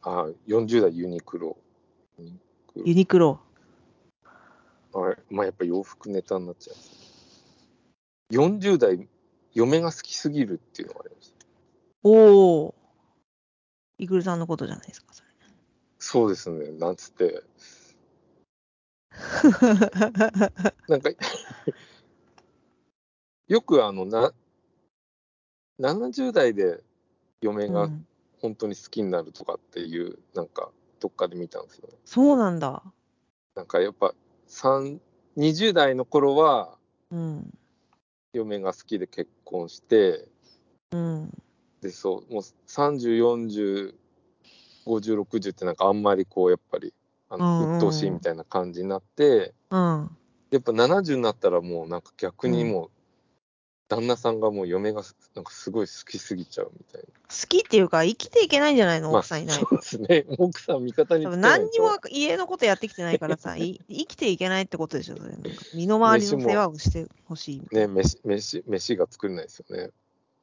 [SPEAKER 2] あ、40代ユニクロ。ユニクロ
[SPEAKER 1] ユニクロ。
[SPEAKER 2] あれ、まあ、やっぱ洋服ネタになっちゃう。40代、嫁が好きすぎるっていうのがありました。
[SPEAKER 1] おお。イグルさんのことじゃないですか、それ。
[SPEAKER 2] そうですね、なんつって、なんか、 よくあのな、70代で嫁
[SPEAKER 1] う
[SPEAKER 2] が
[SPEAKER 1] ん
[SPEAKER 2] 本当に好きになるとかっていう、なんか、どっかで見たんですよね。
[SPEAKER 1] そうなんだ。
[SPEAKER 2] なんかやっぱ、三20代の頃は、
[SPEAKER 1] うん。
[SPEAKER 2] 嫁が好きで結婚して、
[SPEAKER 1] うん。
[SPEAKER 2] でそうもう30405060ってなんかあんまりこうやっぱりあ
[SPEAKER 1] うんうんうん
[SPEAKER 2] の鬱陶しいみたいな感じになって、
[SPEAKER 1] うん。
[SPEAKER 2] やっぱ70になったらもうなんか逆にもう旦那さんがもう嫁がなんかすごい好きすぎちゃうみたいな、
[SPEAKER 1] 好きっていうか、生きていけないんじゃないの
[SPEAKER 2] まあ
[SPEAKER 1] 奥さんいない
[SPEAKER 2] そ
[SPEAKER 1] と。
[SPEAKER 2] うですね 奥さん味方に
[SPEAKER 1] 多
[SPEAKER 2] つけ
[SPEAKER 1] 分
[SPEAKER 2] ないと
[SPEAKER 1] 何にも家のことやってきてないから さ、い生きていけないってことでしょ、それ。なんか身の回りの世話をしてほしい。
[SPEAKER 2] ね飯飯飯が作れないですよね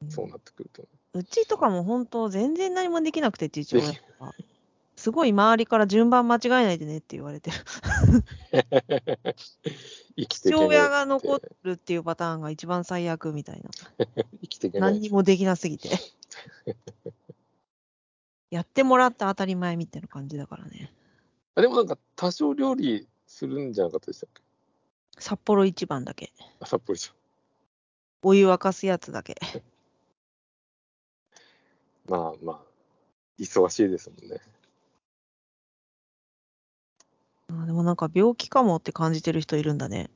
[SPEAKER 2] そうなってくると
[SPEAKER 1] うちとかも本当、全然何もできなくて、父親とか。すごい周りから順番間違えないでねって言われてる。
[SPEAKER 2] 生き
[SPEAKER 1] 父
[SPEAKER 2] ていけ
[SPEAKER 1] 親
[SPEAKER 2] ない
[SPEAKER 1] が残るっていうパターンが一番最悪みたいな。
[SPEAKER 2] 生きていけな
[SPEAKER 1] 何
[SPEAKER 2] い
[SPEAKER 1] にもできなすぎて。 やってもらった当たり前みたいな感じだからね。
[SPEAKER 2] あでもなんか多少料理するんじゃなかったでしたっけ
[SPEAKER 1] 札幌一番だけ。
[SPEAKER 2] あ札幌一
[SPEAKER 1] お湯沸かすやつだけ。
[SPEAKER 2] 緒まあまあ忙しいですもんね
[SPEAKER 1] あーでもなんか病気かもって感じてる人いるんだね。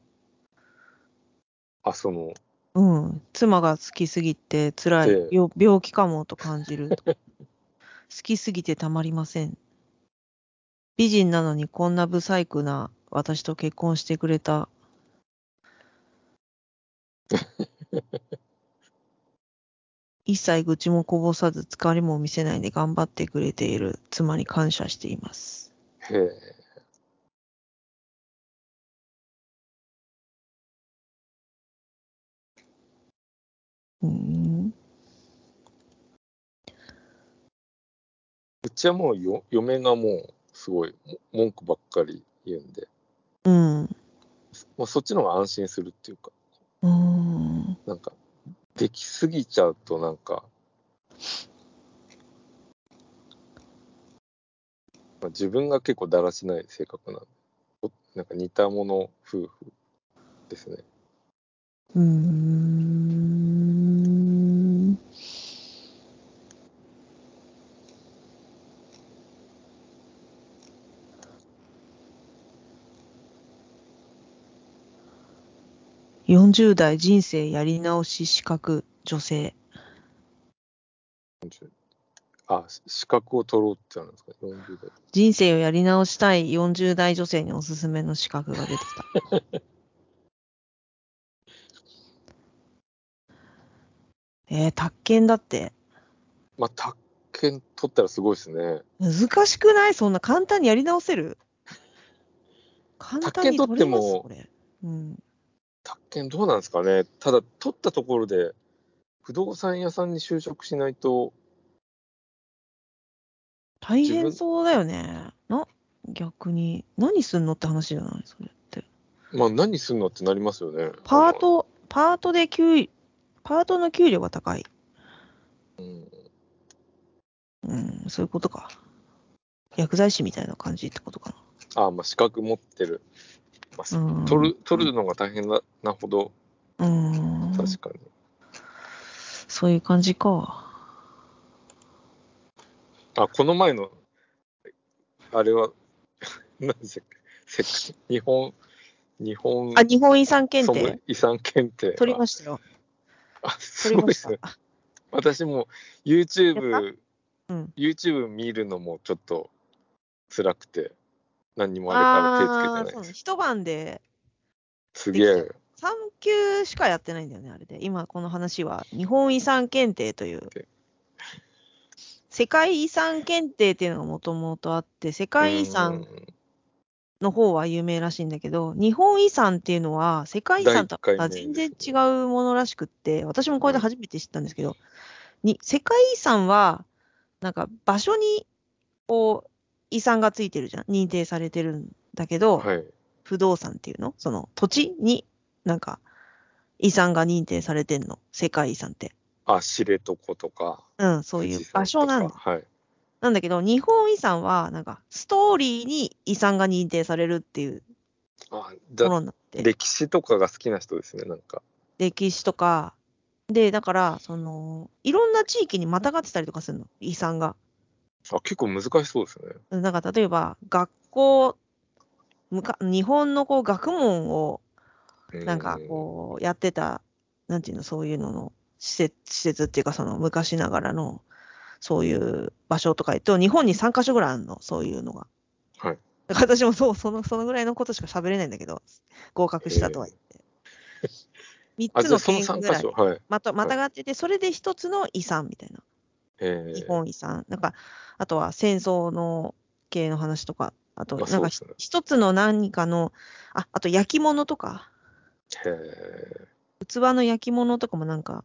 [SPEAKER 2] あ、その、
[SPEAKER 1] うん。妻が好きすぎて辛
[SPEAKER 2] え
[SPEAKER 1] い。よ病気か もと感じる。好きすぎてたまりません。美人なのにこんな不細工な私と結婚してくれ た。一切愚痴もこぼさず疲れも見せないで頑張ってくれている妻に感謝しています。
[SPEAKER 2] へえ。
[SPEAKER 1] うーん。
[SPEAKER 2] ちはもうよ嫁がもうすごいも文句ばっかり言うんで、
[SPEAKER 1] うん。う
[SPEAKER 2] まあ、そっちの方が安心するっていうか、
[SPEAKER 1] ーん。
[SPEAKER 2] なんか、できすぎちゃうとなんか、まあ、自分が結構だらしない性格なんで、おなんか似たもの夫婦ですね。
[SPEAKER 1] うーん。40代人生やり直し資格女性。
[SPEAKER 2] 40あ、し資格を取ろうってなるんですか、40代。
[SPEAKER 1] 人生をやり直したい40代女性におすすめの資格が出てきた。えー、宅建だって。
[SPEAKER 2] まあ、宅建取ったらすごいですね。
[SPEAKER 1] 難しくないそんな簡単にやり直せる簡単に取れますこ
[SPEAKER 2] 宅建取っても
[SPEAKER 1] れ。うん。
[SPEAKER 2] 宅建どうなんですかね。ただ、取ったところで、不動産屋さんに就職しないと、
[SPEAKER 1] 大
[SPEAKER 2] 自分
[SPEAKER 1] 変そうだよね。な、逆に。何すんのって話じゃないそれって。
[SPEAKER 2] まあ、何するのってなりますよね。
[SPEAKER 1] パート、パートで給、パートの給料が高い。
[SPEAKER 2] うん
[SPEAKER 1] うん、そういうことか。薬剤師みたいな感じってことか
[SPEAKER 2] あまあ、資格持ってる。まあ
[SPEAKER 1] うん
[SPEAKER 2] 取る取るのが大変ななほど、
[SPEAKER 1] な。うん。
[SPEAKER 2] 確かに。
[SPEAKER 1] そういう感じか。
[SPEAKER 2] あ、この前の、あれは、 何でしたっけ、世界日本、日本
[SPEAKER 1] あ、日本遺産検
[SPEAKER 2] そ
[SPEAKER 1] 定
[SPEAKER 2] の遺産検定。
[SPEAKER 1] 取りましたよ。
[SPEAKER 2] た。あ、す
[SPEAKER 1] 取りま
[SPEAKER 2] ごいで
[SPEAKER 1] し
[SPEAKER 2] す
[SPEAKER 1] た
[SPEAKER 2] ね。。私も YouTube
[SPEAKER 1] たうん、
[SPEAKER 2] YouTube 見るのもちょっと辛くて、何にもあれから
[SPEAKER 1] あー
[SPEAKER 2] 手つけて
[SPEAKER 1] そう
[SPEAKER 2] ない
[SPEAKER 1] ね
[SPEAKER 2] です。
[SPEAKER 1] 一晩で
[SPEAKER 2] すげえ。
[SPEAKER 1] 3級しかやってないんだよね、あれで。今この話は、日本遺産検定という
[SPEAKER 2] で、
[SPEAKER 1] 世界遺産検定っていうのがもともとあって、世界遺
[SPEAKER 2] うん
[SPEAKER 1] 産の方は有名らしいんだけど、日本遺産っていうのは、世界遺産とはまた
[SPEAKER 2] 第一回
[SPEAKER 1] 全
[SPEAKER 2] 目です
[SPEAKER 1] 然
[SPEAKER 2] ね
[SPEAKER 1] 違うものらしくって、私もこれで初めて知ったんですけど、に世界遺産は、なんか場所にこう遺産がついてるじゃん、認定されてるんだけど、
[SPEAKER 2] はい。
[SPEAKER 1] 不動産っていうのその土地になんか遺産が認定されてんの、世界遺産って。
[SPEAKER 2] あ、知床とか。
[SPEAKER 1] うん、そういう場所なん
[SPEAKER 2] 富
[SPEAKER 1] だ
[SPEAKER 2] 士山と。かはい。
[SPEAKER 1] なんだけど、日本遺産は、なんか、ストーリーに遺産が認定されるっていう
[SPEAKER 2] あ
[SPEAKER 1] も
[SPEAKER 2] だ
[SPEAKER 1] のになって。
[SPEAKER 2] 歴史とかが好きな人ですね、なんか。
[SPEAKER 1] 歴史とか、で、だから、その、いろんな地域にまたがってたりとかするの、遺産が。
[SPEAKER 2] あ結構難しそうですね。
[SPEAKER 1] うんなんか、例えば、学校、むか日本のこう学問を、
[SPEAKER 2] う
[SPEAKER 1] なんかこう、やってた、なんていうの、そういうのの施設、施設っていうか、その、昔ながらの、そういう場所とか言うと、日本に3カ所ぐらいあるの、そういうのが。
[SPEAKER 2] はい。
[SPEAKER 1] だから私もそう、その、そのぐらいのことしか喋れないんだけど、合格したとは言って。3つ
[SPEAKER 2] あ、じゃ
[SPEAKER 1] の
[SPEAKER 2] あその
[SPEAKER 1] 県
[SPEAKER 2] 3
[SPEAKER 1] ぐ
[SPEAKER 2] 箇
[SPEAKER 1] らい
[SPEAKER 2] 所。はい。
[SPEAKER 1] また、またがってて、それで一つの遺産みたいな。
[SPEAKER 2] え
[SPEAKER 1] 日
[SPEAKER 2] ー、
[SPEAKER 1] 本遺産。なんか、あとは戦争の系の話とか、あと、
[SPEAKER 2] まあ
[SPEAKER 1] なんか
[SPEAKER 2] そうですね
[SPEAKER 1] 一つの何かの、あ、あと焼き物とか、
[SPEAKER 2] え
[SPEAKER 1] 器の焼き物とかもなんか、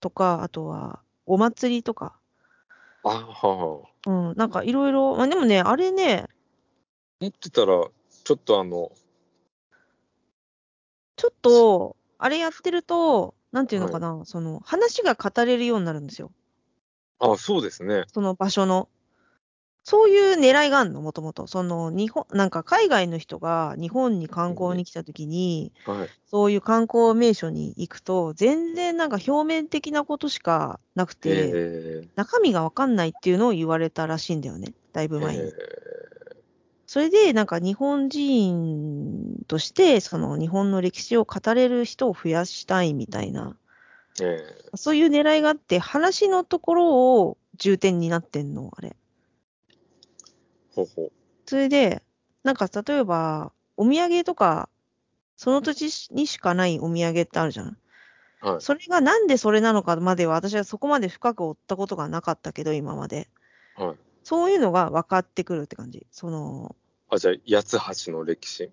[SPEAKER 1] とか、あとはお祭りとか、
[SPEAKER 2] ー、あはあ。持
[SPEAKER 1] うん、なんかいろいろ、まあでもね、あれね、
[SPEAKER 2] ってたら、ちょっとあの、
[SPEAKER 1] ちょっと、あれやってると、なんていうのかな、その、話が語れるようになるんですよ。
[SPEAKER 2] あそうですね。
[SPEAKER 1] その場所の。そういう狙いがあるの、もともと。その、日本、なんか海外の人が日本に観光に来たときに、
[SPEAKER 2] はい。
[SPEAKER 1] そういう観光名所に行くと、全然なんか表面的なことしかなくて、
[SPEAKER 2] え
[SPEAKER 1] 中身がわかんないっていうのを言われたらしいんだよね、だいぶ
[SPEAKER 2] ー、
[SPEAKER 1] 前に。
[SPEAKER 2] え
[SPEAKER 1] それで、なんか日本人として、その日本の歴史を語れる人を増やしたいみたいな、
[SPEAKER 2] ー、え
[SPEAKER 1] そういう狙いがあって、話のところを重点になってんの、あれ。
[SPEAKER 2] ー、ほうほう。
[SPEAKER 1] それで、なんか例えば、お土産とか、その土地にしかないお土産ってあるじゃん。
[SPEAKER 2] はい。
[SPEAKER 1] それがなんでそれなのかまでは、私はそこまで深く追ったことがなかったけど、今まで。
[SPEAKER 2] はい。
[SPEAKER 1] そういうのが分かってくるって感じ。その、
[SPEAKER 2] あ、じゃあ、八つ橋の歴史。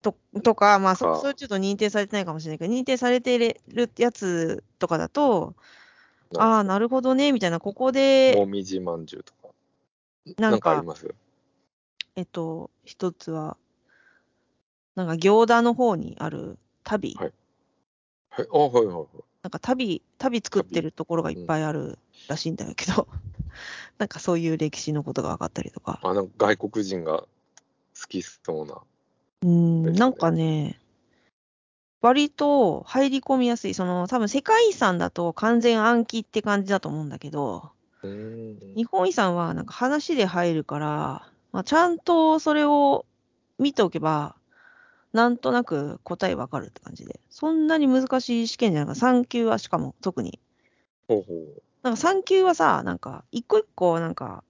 [SPEAKER 1] ととか、まあ
[SPEAKER 2] か
[SPEAKER 1] そ、それちょっと認定されてないかもしれないけど、認定されてれるやつとかだと、
[SPEAKER 2] なるほど
[SPEAKER 1] ああ、なるほどね、みたいな、ここで、
[SPEAKER 2] もみじまんじゅうとか。
[SPEAKER 1] な
[SPEAKER 2] なん
[SPEAKER 1] ん
[SPEAKER 2] かあ
[SPEAKER 1] か
[SPEAKER 2] り、ます
[SPEAKER 1] えっと、一つは、なんか行田の方にある旅、
[SPEAKER 2] はいはい、あ、はいはいはい。
[SPEAKER 1] なんか旅、旅作ってるところがいっぱいあるらしいんだけど、 なんかそういう歴史のことが分かったりとか。
[SPEAKER 2] あ、なんか外国人が好きそうな。
[SPEAKER 1] うん、
[SPEAKER 2] ですね
[SPEAKER 1] なんかね、割と入り込みやすい。その、多分世界遺産だと完全暗記って感じだと思うんだけど、
[SPEAKER 2] うーん。
[SPEAKER 1] 日本遺産はなんか話で入るから、まあ、ちゃんとそれを見ておけば、なんとなく答えわかるって感じで。そんなに難しい試験じゃなくて、3級はしかも特に。
[SPEAKER 2] ほうほ
[SPEAKER 1] なんか3級はさ、なんか一個一個なんか、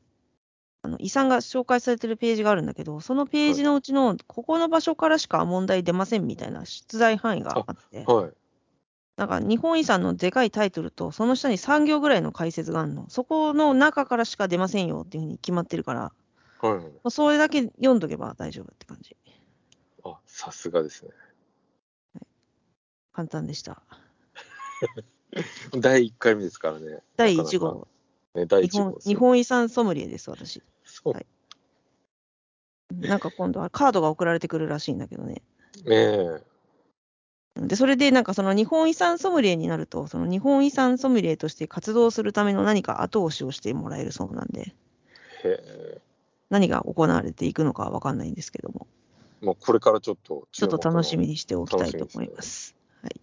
[SPEAKER 1] あの遺産が紹介されてるページがあるんだけど、そのページのうちのここの場所からしか問題出ませんみたいな出題範囲があって
[SPEAKER 2] う。、はい。
[SPEAKER 1] なんか日本遺産のでかいタイトルと、その下に3行ぐらいの解説があるの。そこの中からしか出ませんよっていうふうに決まってるから、
[SPEAKER 2] はいはい。
[SPEAKER 1] まあ、それだけ読んどけば大丈夫って感じ。
[SPEAKER 2] あ、さすがですね。
[SPEAKER 1] 簡単でした。
[SPEAKER 2] 第1回目ですからね。
[SPEAKER 1] 第
[SPEAKER 2] なかなか
[SPEAKER 1] 1号。
[SPEAKER 2] ね、第
[SPEAKER 1] 日
[SPEAKER 2] 1号
[SPEAKER 1] 本
[SPEAKER 2] ですよ。
[SPEAKER 1] 日本遺産ソムリエです、私。
[SPEAKER 2] そう
[SPEAKER 1] はいなんか今度はカードが送られてくるらしいんだけどね。
[SPEAKER 2] ねえ。
[SPEAKER 1] で、それでなんかその日本遺産ソムリエになると、その日本遺産ソムリエとして活動するための何か後押しをしてもらえるそうなんで、
[SPEAKER 2] へえ。
[SPEAKER 1] 何が行われていくのかは分かんないんですけども、
[SPEAKER 2] まあ、これからちょっと
[SPEAKER 1] ちょっと楽しみにしておきたいと思い
[SPEAKER 2] 楽しみ
[SPEAKER 1] ま。
[SPEAKER 2] です
[SPEAKER 1] はい。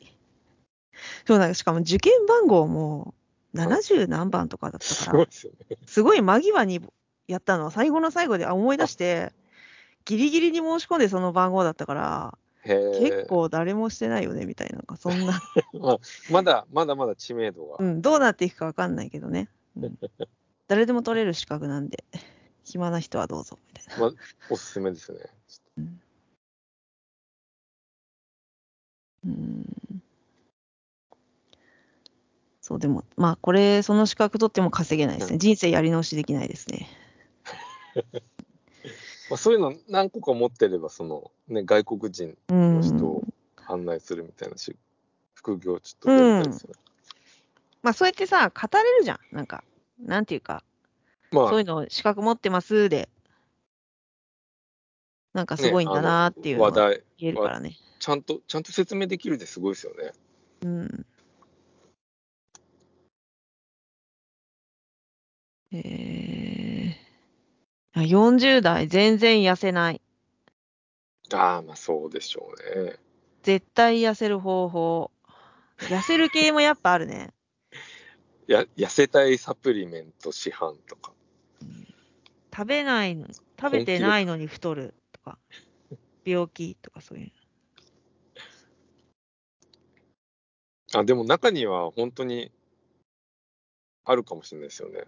[SPEAKER 1] そうなんかしかも受験番号も70何番とかだった
[SPEAKER 2] す
[SPEAKER 1] か
[SPEAKER 2] ご
[SPEAKER 1] ら
[SPEAKER 2] い、ですよね。
[SPEAKER 1] すごい間際にやったのは最後の最後であ思い出して、ギリギリに申し込んでその番号だったから、
[SPEAKER 2] へえ。
[SPEAKER 1] 結構誰もしてないよねみたいな、なんかそんな。
[SPEAKER 2] まだまだまだ知名度が。
[SPEAKER 1] うん、どうなっていくかわかんないけどね。うん誰でも取れる資格なんで、暇な人はどうぞ、みたいな。
[SPEAKER 2] まあ、おすすめですね。
[SPEAKER 1] うん。そう、でも、まあ、これ、その資格取っても稼げないですね。人生やり直しできないですね。
[SPEAKER 2] まあ、そういうの何個か持ってれば、その、ね、外国人
[SPEAKER 1] う
[SPEAKER 2] の
[SPEAKER 1] ん。
[SPEAKER 2] 人を案内するみたいなし、副業ちょっとやりたいですよね。
[SPEAKER 1] まあ、そうやってさ、語れるじゃん。なんか、なんていうか、
[SPEAKER 2] まあ
[SPEAKER 1] そういうの資格持ってますで、なんかすごいんだなーっていうの
[SPEAKER 2] 話
[SPEAKER 1] が
[SPEAKER 2] 題、
[SPEAKER 1] 言えるからね。
[SPEAKER 2] ちゃんと、ちゃんと説明できるってすごいですよね。
[SPEAKER 1] うん。えー、あ40代全然痩せない。
[SPEAKER 2] ああ、まあそうでしょうね。
[SPEAKER 1] 絶対痩せる方法。痩せる系もやっぱあるね。
[SPEAKER 2] や痩せたいサプリメント市販とか。
[SPEAKER 1] 食べないの、食べてないのに太ると か、病気とかそういう。
[SPEAKER 2] あ、でも中には本当にあるかもしれないですよね。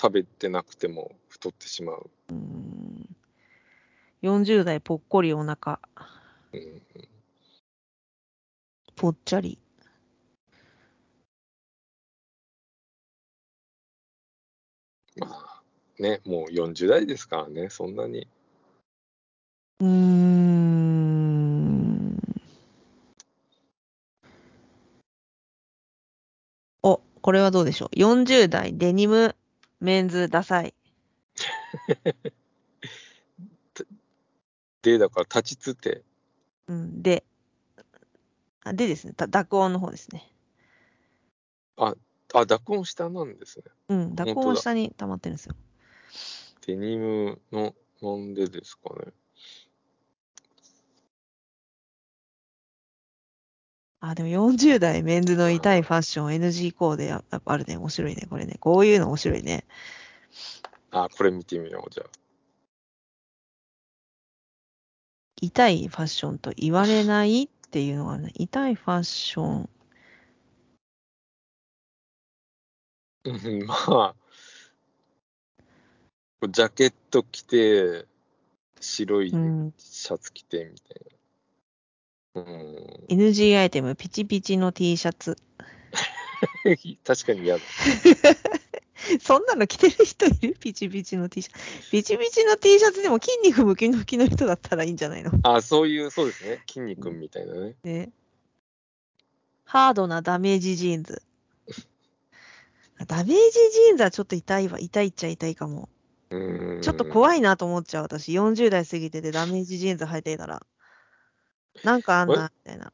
[SPEAKER 2] 食べてなくても太ってしまう。
[SPEAKER 1] うん。40代ぽっこりお腹、
[SPEAKER 2] うん、
[SPEAKER 1] ぽっちゃり。
[SPEAKER 2] まあね、もう40代ですからね、そんなに。
[SPEAKER 1] うーん。お、これはどうでしょう。40代デニム、メンズ、ダサい。
[SPEAKER 2] で、だから立ちつて、
[SPEAKER 1] うん、で、あでですね、た濁音の方ですね。
[SPEAKER 2] あ、濁音下なんですね。
[SPEAKER 1] うん、濁音
[SPEAKER 2] 本当
[SPEAKER 1] は
[SPEAKER 2] だ
[SPEAKER 1] 下に溜まってるんですよ。
[SPEAKER 2] デニムの、なんでですかね。
[SPEAKER 1] あ、でも40代メンズの痛いファッション NG コーデややっぱあるね。面白いね、これね。こういうの面白いね。
[SPEAKER 2] あ、これ見てみよう、じゃあ。
[SPEAKER 1] 痛いファッションと言われないっていうのがね、痛いファッション。
[SPEAKER 2] うんまあ、 ジャケット着て、白い
[SPEAKER 1] うん、
[SPEAKER 2] シャツ着てみたいな。うん、
[SPEAKER 1] NG アイテム、ピチピチの T シャツ。
[SPEAKER 2] 確かに嫌だ。
[SPEAKER 1] そんなの着てる人いるピチピチの T シャツ。ピチピチの T シャツでも筋肉ムキムキの人だったらいいんじゃないの
[SPEAKER 2] あ、そういう、そうですね。筋肉みたいなね。
[SPEAKER 1] ね。ハードなダメージジーンズ。ダメージジーンズはちょっと痛いわ。痛いっちゃ痛いかも。
[SPEAKER 2] うん
[SPEAKER 1] ちょっと怖いなと思っちゃう、私。40代過ぎててダメージジーンズ履いてたら。なんかあんな、みたいな。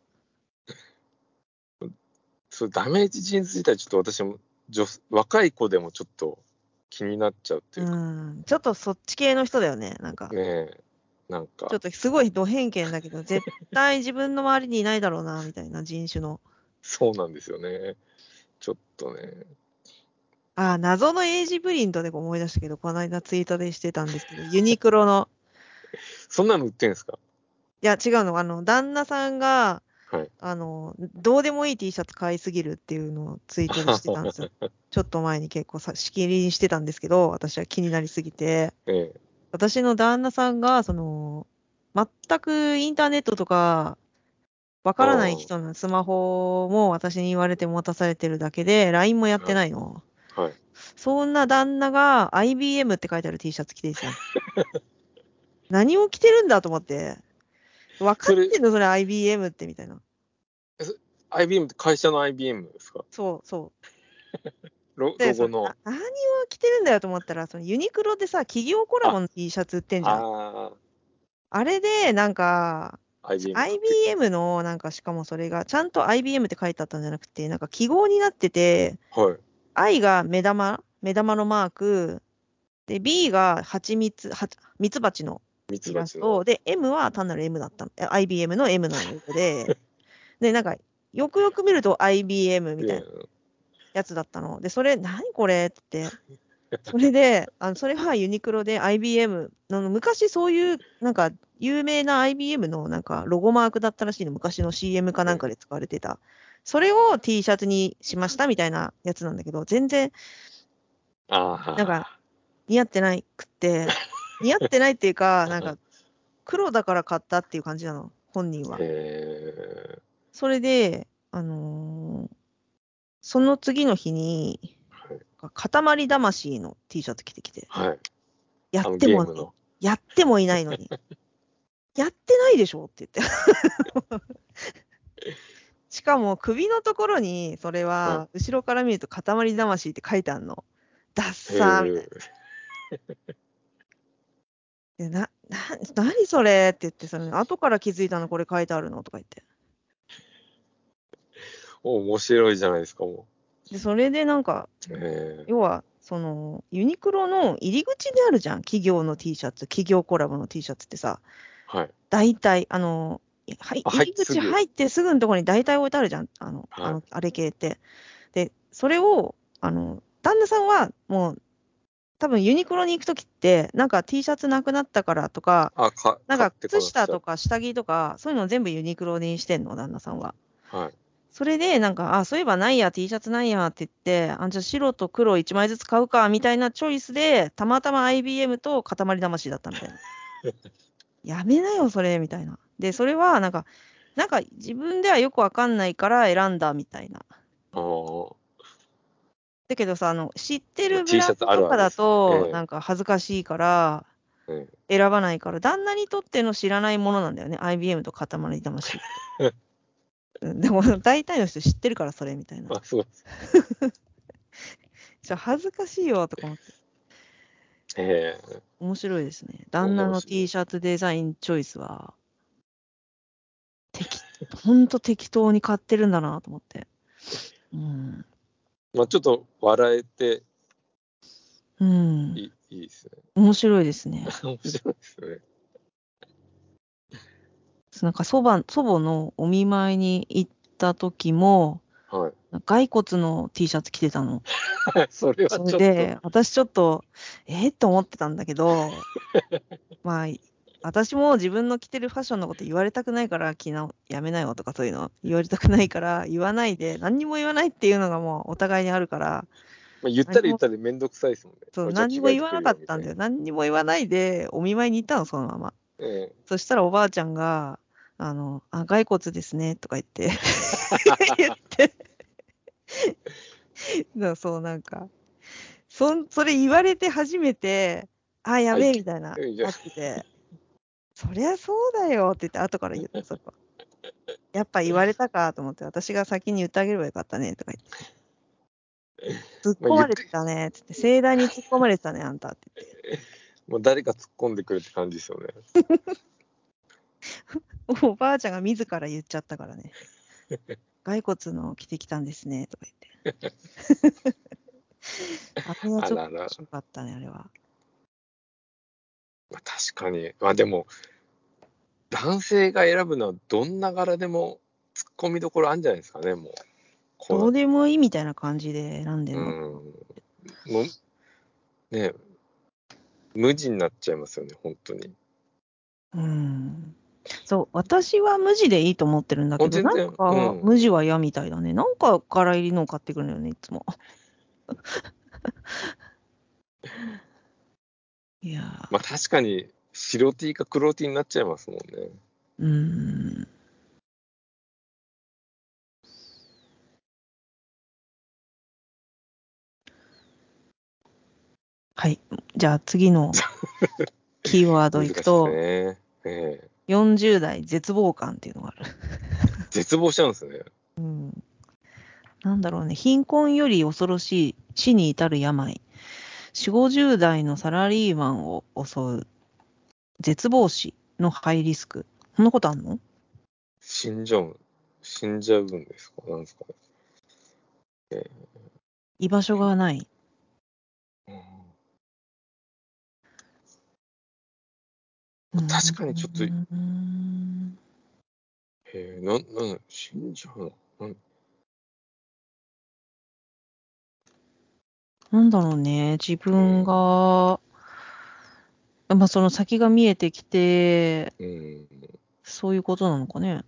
[SPEAKER 2] そうダメージジーンズ自体ちょっと私も女若い子でもちょっと気になっちゃうっていううか、
[SPEAKER 1] ん。ちょっとそっち系の人だよね。なんか。
[SPEAKER 2] ねえなんか
[SPEAKER 1] ちょっとすごいド偏見だけ ど、絶対自分の周りにいないだろうな、みたいな人種の。
[SPEAKER 2] そうなんですよねちょっとね
[SPEAKER 1] ああ、謎のエイジプリントで思い出したけど、この間ツイートでしてたんですけど、ユニクロの。
[SPEAKER 2] そんなの売ってんですか
[SPEAKER 1] いや、違うの。あの、旦那さんが、
[SPEAKER 2] はい
[SPEAKER 1] あの、どうでもいい T シャツ買いすぎるっていうのをツイートでしてたんです よ。ちょっと前に結構さ、しきりにしてたんですけど、私は気になりすぎて。
[SPEAKER 2] ええ
[SPEAKER 1] 私の旦那さんが、その、全くインターネットとか、わからない人のスマホも私に言われて持たされてるだけで、LINE もやってないの。
[SPEAKER 2] はい
[SPEAKER 1] そんな旦那が IBM って書いてある T シャツ着てるんですよ。何を着てるんだと思って。わかってんのそれ IBM ってみたいな。
[SPEAKER 2] IBM って会社の IBM ですか
[SPEAKER 1] そうそう。
[SPEAKER 2] ロ
[SPEAKER 1] で
[SPEAKER 2] ロ
[SPEAKER 1] そ
[SPEAKER 2] ゴの
[SPEAKER 1] のな何を着てるんだよと思ったら、そのユニクロでさ、企業コラボの T シャツ売ってんじゃん。あ
[SPEAKER 2] あ
[SPEAKER 1] れで、なんか、
[SPEAKER 2] あ IBM か
[SPEAKER 1] IBM の、なんかしかもそれが、ちゃんと IBM って書いてあったんじゃなくて、なんか記号になってて、
[SPEAKER 2] はい
[SPEAKER 1] I が目玉、目玉のマーク、で、B が蜂蜜、は蜜蜂の
[SPEAKER 2] 三
[SPEAKER 1] イ
[SPEAKER 2] つ
[SPEAKER 1] ラ
[SPEAKER 2] 葉
[SPEAKER 1] ス
[SPEAKER 2] の
[SPEAKER 1] トで、M は単なる M だったの。え IBM の M のロゴ で、で、なんか、よくよく見ると IBM みたいな。
[SPEAKER 2] ね
[SPEAKER 1] やつだったの。で、それ、何これって。それで、あのそれはユニクロで IBM、あの昔そういう、なんか、有名な IBM のなんかロゴマークだったらしいの、昔の CM かなんかで使われてた。それを T シャツにしましたみたいなやつなんだけど、全然
[SPEAKER 2] ああ
[SPEAKER 1] なんか似合ってないくって、似合ってないっていうか、なんか、黒だから買ったっていう感じなの、本人は。
[SPEAKER 2] え
[SPEAKER 1] それで、あのーその次の日に、
[SPEAKER 2] はい
[SPEAKER 1] 塊魂の T シャツ着てきて、
[SPEAKER 2] はい
[SPEAKER 1] や
[SPEAKER 2] あの
[SPEAKER 1] って
[SPEAKER 2] ゲー
[SPEAKER 1] も、
[SPEAKER 2] ムの
[SPEAKER 1] やってもいない のに、やってないでしょって言って。 しかも首のところに、それは、後ろから見ると塊魂って書いてあるの。ダッサーみたいな。
[SPEAKER 2] え
[SPEAKER 1] でな、な、何それって言って、その後から気づいたのこれ書いてあるのとか言って。
[SPEAKER 2] え面白いじゃないですかも
[SPEAKER 1] で、それでなんか、
[SPEAKER 2] う、ええ
[SPEAKER 1] 要は、その、ユニクロの入り口であるじゃん。企業の T シャツ、企業コラボの T シャツってさ、
[SPEAKER 2] はい
[SPEAKER 1] 大体、あの、はい、
[SPEAKER 2] あ
[SPEAKER 1] 入
[SPEAKER 2] 入
[SPEAKER 1] り
[SPEAKER 2] っ
[SPEAKER 1] 口
[SPEAKER 2] すぐ
[SPEAKER 1] 入ってすぐのところに大体置いてあるじゃん。あの、
[SPEAKER 2] はい
[SPEAKER 1] あのあれ系って。で、それを、あの、旦那さんは、もう、多分ユニクロに行くときって、なんか T シャツなくなったからとか、
[SPEAKER 2] あか
[SPEAKER 1] なんか
[SPEAKER 2] 買って
[SPEAKER 1] 靴
[SPEAKER 2] こなくち
[SPEAKER 1] 下
[SPEAKER 2] ゃ
[SPEAKER 1] とか下着とか、そういうの全部ユニクロにしてんの、旦那さんは。
[SPEAKER 2] はい
[SPEAKER 1] それで、なんか、あ、そういえばないや、T シャツないやって言って、あ、じゃあ白と黒1枚ずつ買うか、みたいなチョイスで、たまたま IBM と塊魂だったみたい な。やめなよ、それ、みたいな。で、それは、なんか、なんか自分ではよくわかんないから選んだみたいな。
[SPEAKER 2] あー
[SPEAKER 1] だけどさ、あの、知ってる
[SPEAKER 2] T
[SPEAKER 1] ブランド
[SPEAKER 2] シャツある
[SPEAKER 1] と
[SPEAKER 2] あ
[SPEAKER 1] か
[SPEAKER 2] るで
[SPEAKER 1] だ
[SPEAKER 2] す
[SPEAKER 1] と
[SPEAKER 2] え、え
[SPEAKER 1] なんか恥ずかしいから、
[SPEAKER 2] え
[SPEAKER 1] 選ばないから、旦那にとっての知らないものなんだよね。IBM と塊 魂。うんでも、大体の人知ってるから、それ、みたいな。
[SPEAKER 2] あそう
[SPEAKER 1] ちょ恥ずかしいよとか思って、
[SPEAKER 2] ええ
[SPEAKER 1] 面白いですね。旦那の
[SPEAKER 2] 面白い
[SPEAKER 1] T シャツデザインチョイスは、適、ほんと適当に買ってるんだなと思って。うん。
[SPEAKER 2] まあちょっと笑えて
[SPEAKER 1] うん。
[SPEAKER 2] いいいいですね
[SPEAKER 1] 面白いですね。
[SPEAKER 2] 面白いですね
[SPEAKER 1] なんか祖母、祖母のお見舞いに行った時も、
[SPEAKER 2] はい
[SPEAKER 1] 骸骨の T シャツ着てたの。
[SPEAKER 2] それは ち
[SPEAKER 1] そ
[SPEAKER 2] ょっ
[SPEAKER 1] れ
[SPEAKER 2] と
[SPEAKER 1] で、私ちょっと、えー、と思ってたんだけ ど、まあ、私も自分の着てるファッションのこと言われたくないから、着なやめなよとかそういうの言われたくないから、言わないで、何にも言わないっていうのがもうお互いにあるから、
[SPEAKER 2] まあ、言ったら言ったらめんどくさいですもんね。
[SPEAKER 1] そう
[SPEAKER 2] じゃあ
[SPEAKER 1] 何にも言わなかったんだ
[SPEAKER 2] 着替えて
[SPEAKER 1] よ。何にも言わないで、お見舞いに行ったの、そのまま。
[SPEAKER 2] くるよみたいな。ええ
[SPEAKER 1] そしたらおばあちゃんが、あの、あ、骸骨ですね、とか言 って、言って。なそう、なんか、そん、それ言われて初めて、あ、やべえ、
[SPEAKER 2] はい
[SPEAKER 1] みたいな、
[SPEAKER 2] いや
[SPEAKER 1] なってて、そりゃそうだよって言って、後から言った、そこ。やっぱ言われたかと思って、私が先に言ってあげればよかったね、とか言って。突っ込まれてたね、つって、盛大に突っ込まれてたね、あんたって言って。
[SPEAKER 2] もう誰か突っ込んでくるって感じですよね。
[SPEAKER 1] おばあちゃんが自ら言っちゃったからね。骸骨の着てきたんですね、とか言っ て。あれはちょ
[SPEAKER 2] あら
[SPEAKER 1] っと面
[SPEAKER 2] ら
[SPEAKER 1] 白かったね、あれは。
[SPEAKER 2] まあ、確かに。まあでも、男性が選ぶのはどんな柄でも突っ込みどころあるんじゃないですかね、もう。こ
[SPEAKER 1] ど
[SPEAKER 2] う
[SPEAKER 1] うでもいいみたいな感じで選んで
[SPEAKER 2] う
[SPEAKER 1] る
[SPEAKER 2] ん
[SPEAKER 1] の。。
[SPEAKER 2] もうねえ無地になっちゃいますよね、本当に。
[SPEAKER 1] うんそう、私は無地でいいと思ってるんだけ
[SPEAKER 2] あ
[SPEAKER 1] ど、
[SPEAKER 2] 全
[SPEAKER 1] な
[SPEAKER 2] 然
[SPEAKER 1] んか、
[SPEAKER 2] うん
[SPEAKER 1] 無地は嫌みたいだね。なんか柄入りのを買ってくるのよね、いつ も。いやー、
[SPEAKER 2] まあ確かに、白 T か黒 T になっちゃいますもんね。
[SPEAKER 1] うーん。はい、じゃあ次 のキーワードいくと、
[SPEAKER 2] 難しいですね。ええ
[SPEAKER 1] 40代絶望感っていうのがある。
[SPEAKER 2] 絶望しちゃうんですね。
[SPEAKER 1] うんなんだろうね、貧困より恐ろしい死に至る病。4、50代のサラリーマンを襲う絶望死のハイリスク。そんなことあんの
[SPEAKER 2] 死んじゃう、死んじゃうんですかなんですかね。
[SPEAKER 1] 居場所がない。
[SPEAKER 2] うん
[SPEAKER 1] うん
[SPEAKER 2] 確かにちょっと
[SPEAKER 1] うん
[SPEAKER 2] えー、なん、なん、死んじゃうのなん
[SPEAKER 1] なんだろうね、自分が、まあその先が見えてきて、
[SPEAKER 2] うん。
[SPEAKER 1] そういうことなのかね。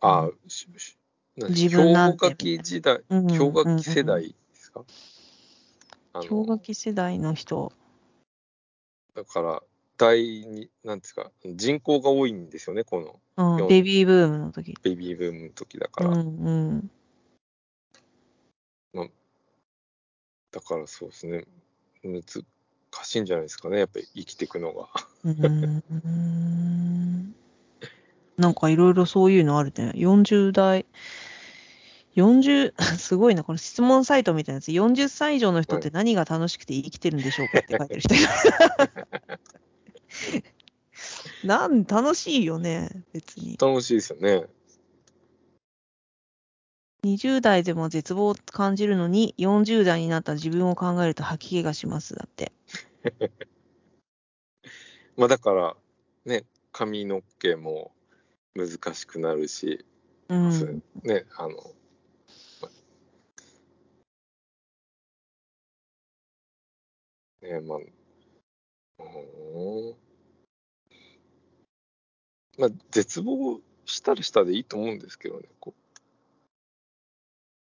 [SPEAKER 2] あ、し、し、な
[SPEAKER 1] 自分なんて
[SPEAKER 2] 氷河期時代、
[SPEAKER 1] うん
[SPEAKER 2] 氷河期世代ですか、あの
[SPEAKER 1] 氷河期世代の人。
[SPEAKER 2] だから、第二、なんですか、人口が多いんですよね、この
[SPEAKER 1] うん、ベビーブームの時。
[SPEAKER 2] ベビーブームの時だか
[SPEAKER 1] う
[SPEAKER 2] ら。
[SPEAKER 1] んうん。
[SPEAKER 2] だからそうですね、難しいんじゃないですかね、やっぱり生きていくのが。
[SPEAKER 1] うーんなんかいろいろそういうのあるね。40代、40、す ごいな、この質問サイトみたいなやつ、40歳以上の人って何が楽しくて生きてるんでしょうかって書いてる人いる。 なん、楽しいよね、別に。
[SPEAKER 2] 楽しいですよね。
[SPEAKER 1] 20代でも絶望を感じるのに、40代になった自分を考えると吐き気がします、だって。
[SPEAKER 2] まあだから、ね、髪の毛も難しくなるし、
[SPEAKER 1] う
[SPEAKER 2] そ
[SPEAKER 1] ん
[SPEAKER 2] う。ね、あの、ね、まあ、うーん。まあ、絶望したらしたでいいと思うんですけどね、こ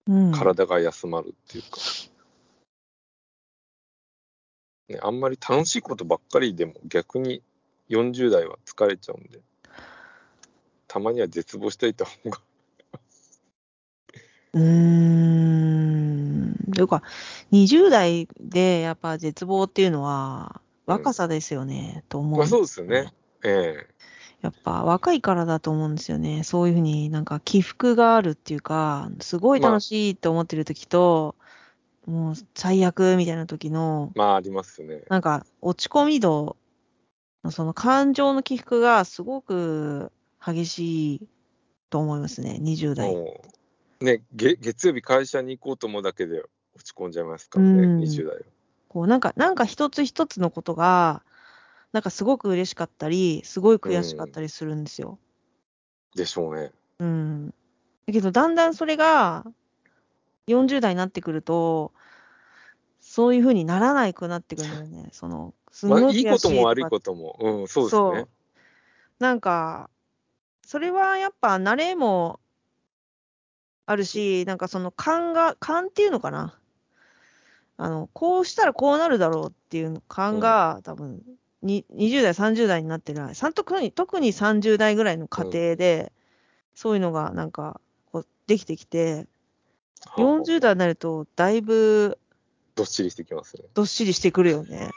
[SPEAKER 1] うん
[SPEAKER 2] う体が休まるっていうか。ね、あんまり楽しいことばっかりでも逆に40代は疲れちゃうんで、たまには絶望していた方が、
[SPEAKER 1] うーんというか、20代でやっぱ絶望っていうのは、若さですよね、と思。
[SPEAKER 2] まあそううですよね。ええ
[SPEAKER 1] やっぱ若いからだと思うんですよね。そういうふうになんか起伏があるっていうか、すごい楽しいと思ってる時と、もう最悪みたいな時の、
[SPEAKER 2] まあありますね。
[SPEAKER 1] なんか落ち込み度のその感情の起伏がすごく激しいと思いますね、20代。
[SPEAKER 2] もう、ね、げ月曜日会社に行こうと思うだけで落ち込んじゃいますから
[SPEAKER 1] うん
[SPEAKER 2] ね、20代は。
[SPEAKER 1] こうなんか、なんか一つ一つのことが、なんかすごく嬉しかったり、すごい悔しかったりするんですよ。
[SPEAKER 2] でしょうね。
[SPEAKER 1] うん。だけど、だんだんそれが、40代になってくると、そういうふうにならないくなってくるんだよね。その、すご
[SPEAKER 2] ま
[SPEAKER 1] い
[SPEAKER 2] あ、
[SPEAKER 1] 悔
[SPEAKER 2] い
[SPEAKER 1] しい
[SPEAKER 2] いことも悪い
[SPEAKER 1] とか。
[SPEAKER 2] ことも、うん、そうですね。
[SPEAKER 1] なんか、それはやっぱ慣れもあるし、なんかその勘が、勘っていうのかな。あの、こうしたらこうなるだろうっていう勘が、多分に20代、30代になってない。さん特に特に30代ぐらいの過程で、そういうのがなんかこうできてきて、40代になるとだいぶ
[SPEAKER 2] どっしりしてきますね。
[SPEAKER 1] どっしりしてくるよ ね。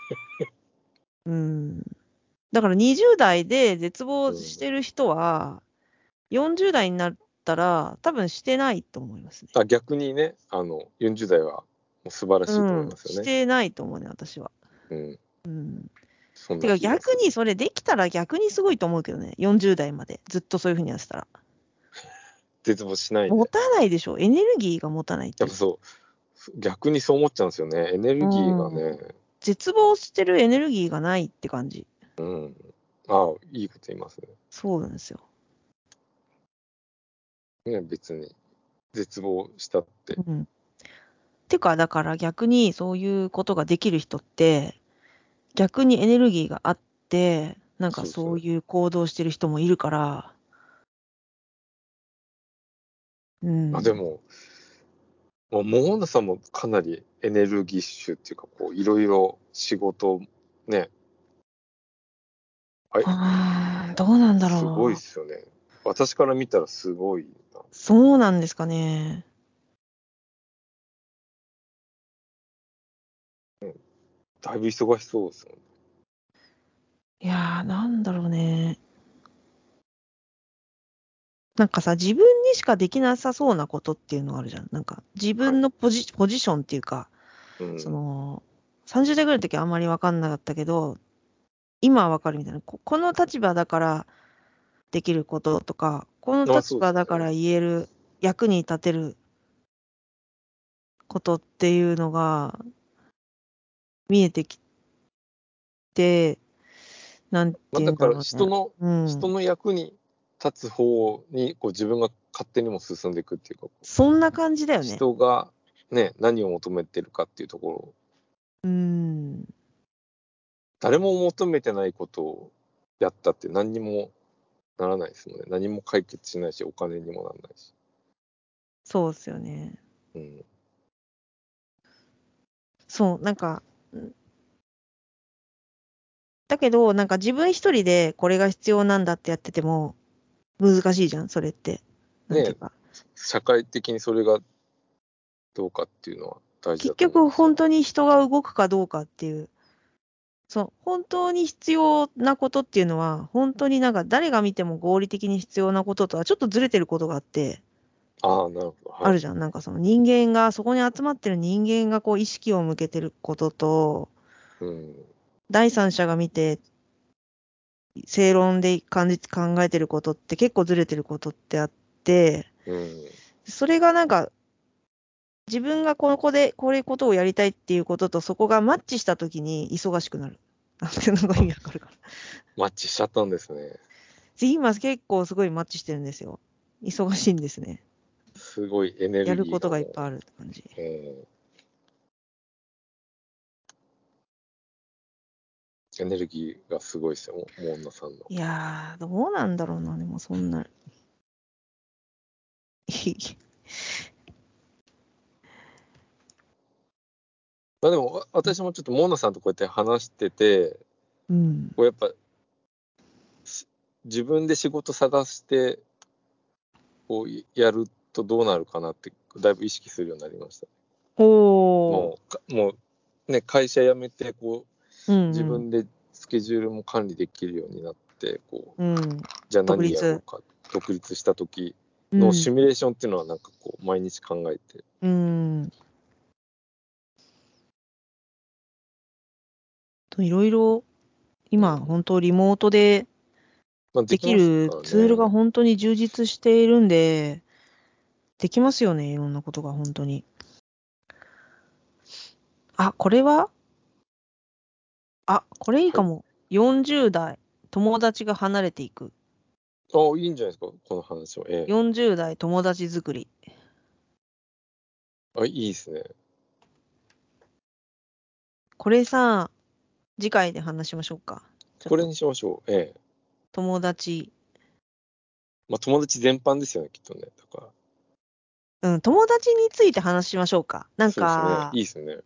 [SPEAKER 1] うん。だから20代で絶望してる人は、40代になっったら、多分してないと思いますね。
[SPEAKER 2] あ逆にね、あの40代はもう素晴らしいと思います
[SPEAKER 1] し
[SPEAKER 2] よね。
[SPEAKER 1] てないと思うね、私は。
[SPEAKER 2] うん、
[SPEAKER 1] うん。
[SPEAKER 2] そん
[SPEAKER 1] て
[SPEAKER 2] な
[SPEAKER 1] か
[SPEAKER 2] 気がす
[SPEAKER 1] 逆
[SPEAKER 2] る
[SPEAKER 1] にそれできたら逆にすごいと思うけどね、40代まで。ずっとそういうふうにやってたら。
[SPEAKER 2] 絶望しないで。
[SPEAKER 1] 持たないでしょ。エネルギーが持たないって
[SPEAKER 2] や
[SPEAKER 1] い
[SPEAKER 2] っ
[SPEAKER 1] う
[SPEAKER 2] ぱ。そう、逆にそう思っちゃうんですよね。エネルギーがね、
[SPEAKER 1] 絶望してるエネルギーがないって感じ。
[SPEAKER 2] うん。ああ、いいこと言いますね。
[SPEAKER 1] そうなんですよ。
[SPEAKER 2] ね別に、絶望したって。
[SPEAKER 1] うん。てか、だから逆にそういうことができる人って、逆にエネルギーがあって、なんか
[SPEAKER 2] そうそう
[SPEAKER 1] そういう行動してる人もいるから、うん。
[SPEAKER 2] あでも、もうモーナさんもかなりエネルギッシュっていうか、こう、いろいろ仕事、ね、
[SPEAKER 1] あー、どうなんだろう。
[SPEAKER 2] すごいですよね。私から見たらすごいな。
[SPEAKER 1] そうなんですかね。
[SPEAKER 2] だいぶ忙しそうですもんね。
[SPEAKER 1] いやー、なんだろうね。なんかさ、自分にしかできなさそうなことっていうのがあるじゃん。なんか、自分のポジ,、ポジションっていうか、
[SPEAKER 2] うん、
[SPEAKER 1] その、30代ぐらいの時はあんまり分かんなかったけど、今は分かるみたいな。ここの立場だからできることとか、この
[SPEAKER 2] あそうで
[SPEAKER 1] 立
[SPEAKER 2] すね
[SPEAKER 1] 場だから言える、役に立てることっていうのが見えてきて、なんて
[SPEAKER 2] まあ
[SPEAKER 1] いうん
[SPEAKER 2] だ
[SPEAKER 1] だ
[SPEAKER 2] か
[SPEAKER 1] ろう、
[SPEAKER 2] ら
[SPEAKER 1] ね。
[SPEAKER 2] 人の、
[SPEAKER 1] うん、
[SPEAKER 2] 人の役に立つ方にこう自分が勝手にも進んでいくっていうか、
[SPEAKER 1] そんな感じだよね。
[SPEAKER 2] 人が、ね、何を求めてるかっていうところ、
[SPEAKER 1] うん。
[SPEAKER 2] 誰も求めてないことをやったって何にもならないですもんね。何も解決しないし、お金にもならないし。
[SPEAKER 1] そうですよね。
[SPEAKER 2] うん、
[SPEAKER 1] そう、なんか、うんだけど、なんか自分一人でこれが必要なんだってやってても、難しいじゃん、それって。なんていうか。
[SPEAKER 2] 社会的にそれがどうかっていうのは大事
[SPEAKER 1] 結
[SPEAKER 2] だと
[SPEAKER 1] 局、
[SPEAKER 2] 思
[SPEAKER 1] 本
[SPEAKER 2] に。
[SPEAKER 1] 当に人が動くかどうかっていう。そう、本当に必要なことっていうのは、本当になんか誰が見ても合理的に必要なこととはちょっとずれてることがあって、
[SPEAKER 2] ああ、なるほど。はい
[SPEAKER 1] あるじゃん。なんかその人間が、そこに集まってる人間がこう意識を向けてることと、
[SPEAKER 2] うん、
[SPEAKER 1] 第三者が見て、正論で感じ考えてることって結構ずれてることってあって、
[SPEAKER 2] うん、
[SPEAKER 1] それがなんか、自分がこの子で、こういうことをやりたいっていうことと、そこがマッチしたときに忙しくなる。なんていうのが意味わかるかな。
[SPEAKER 2] マッチしちゃったんですね。
[SPEAKER 1] で今結構すごいマッチしてるんですよ。忙しいんですね。
[SPEAKER 2] すごいエネルギー
[SPEAKER 1] やることがいっぱ
[SPEAKER 2] い。
[SPEAKER 1] いあるって感じ。
[SPEAKER 2] えーエネルギーがすごいですよ、もモンナさんの。
[SPEAKER 1] いやー、どうなんだろうな、でもそんな。
[SPEAKER 2] まあ、でもわ私もちょっとモンナさんとこうやって話してて、
[SPEAKER 1] うん。
[SPEAKER 2] こうやっぱし自分で仕事探してこういやるとどうなるかなってだいぶ意識するようになりました。
[SPEAKER 1] ほ
[SPEAKER 2] もうかもうね会社辞めてこ
[SPEAKER 1] う。うんう
[SPEAKER 2] うん自分でスケジュールも管理できるようになってこう
[SPEAKER 1] うん。
[SPEAKER 2] じゃあ
[SPEAKER 1] 独
[SPEAKER 2] 何
[SPEAKER 1] 立
[SPEAKER 2] やろうか独立した時
[SPEAKER 1] う
[SPEAKER 2] の
[SPEAKER 1] ん
[SPEAKER 2] シミュレーションっていうのはなんかこう毎日考えて
[SPEAKER 1] うん。といろいろ、今、本当リモートで
[SPEAKER 2] まあ
[SPEAKER 1] でき
[SPEAKER 2] ます
[SPEAKER 1] る
[SPEAKER 2] からね
[SPEAKER 1] ツールが本当に充実しているんで、できますよね、いろんなことが本当に。あ、これはあ、これいいかも。40代、友達が離れていく。
[SPEAKER 2] あいいんじゃないですかこの話はええ
[SPEAKER 1] 40代、友達作り。
[SPEAKER 2] あいいですね
[SPEAKER 1] これさ、次回で話しましょうか。ちょっと
[SPEAKER 2] これにしましょうええ
[SPEAKER 1] 友達
[SPEAKER 2] まあ友達全般ですよねきっとねだから
[SPEAKER 1] うん、友達について話しましょうか。なんか、
[SPEAKER 2] そうですねいいですね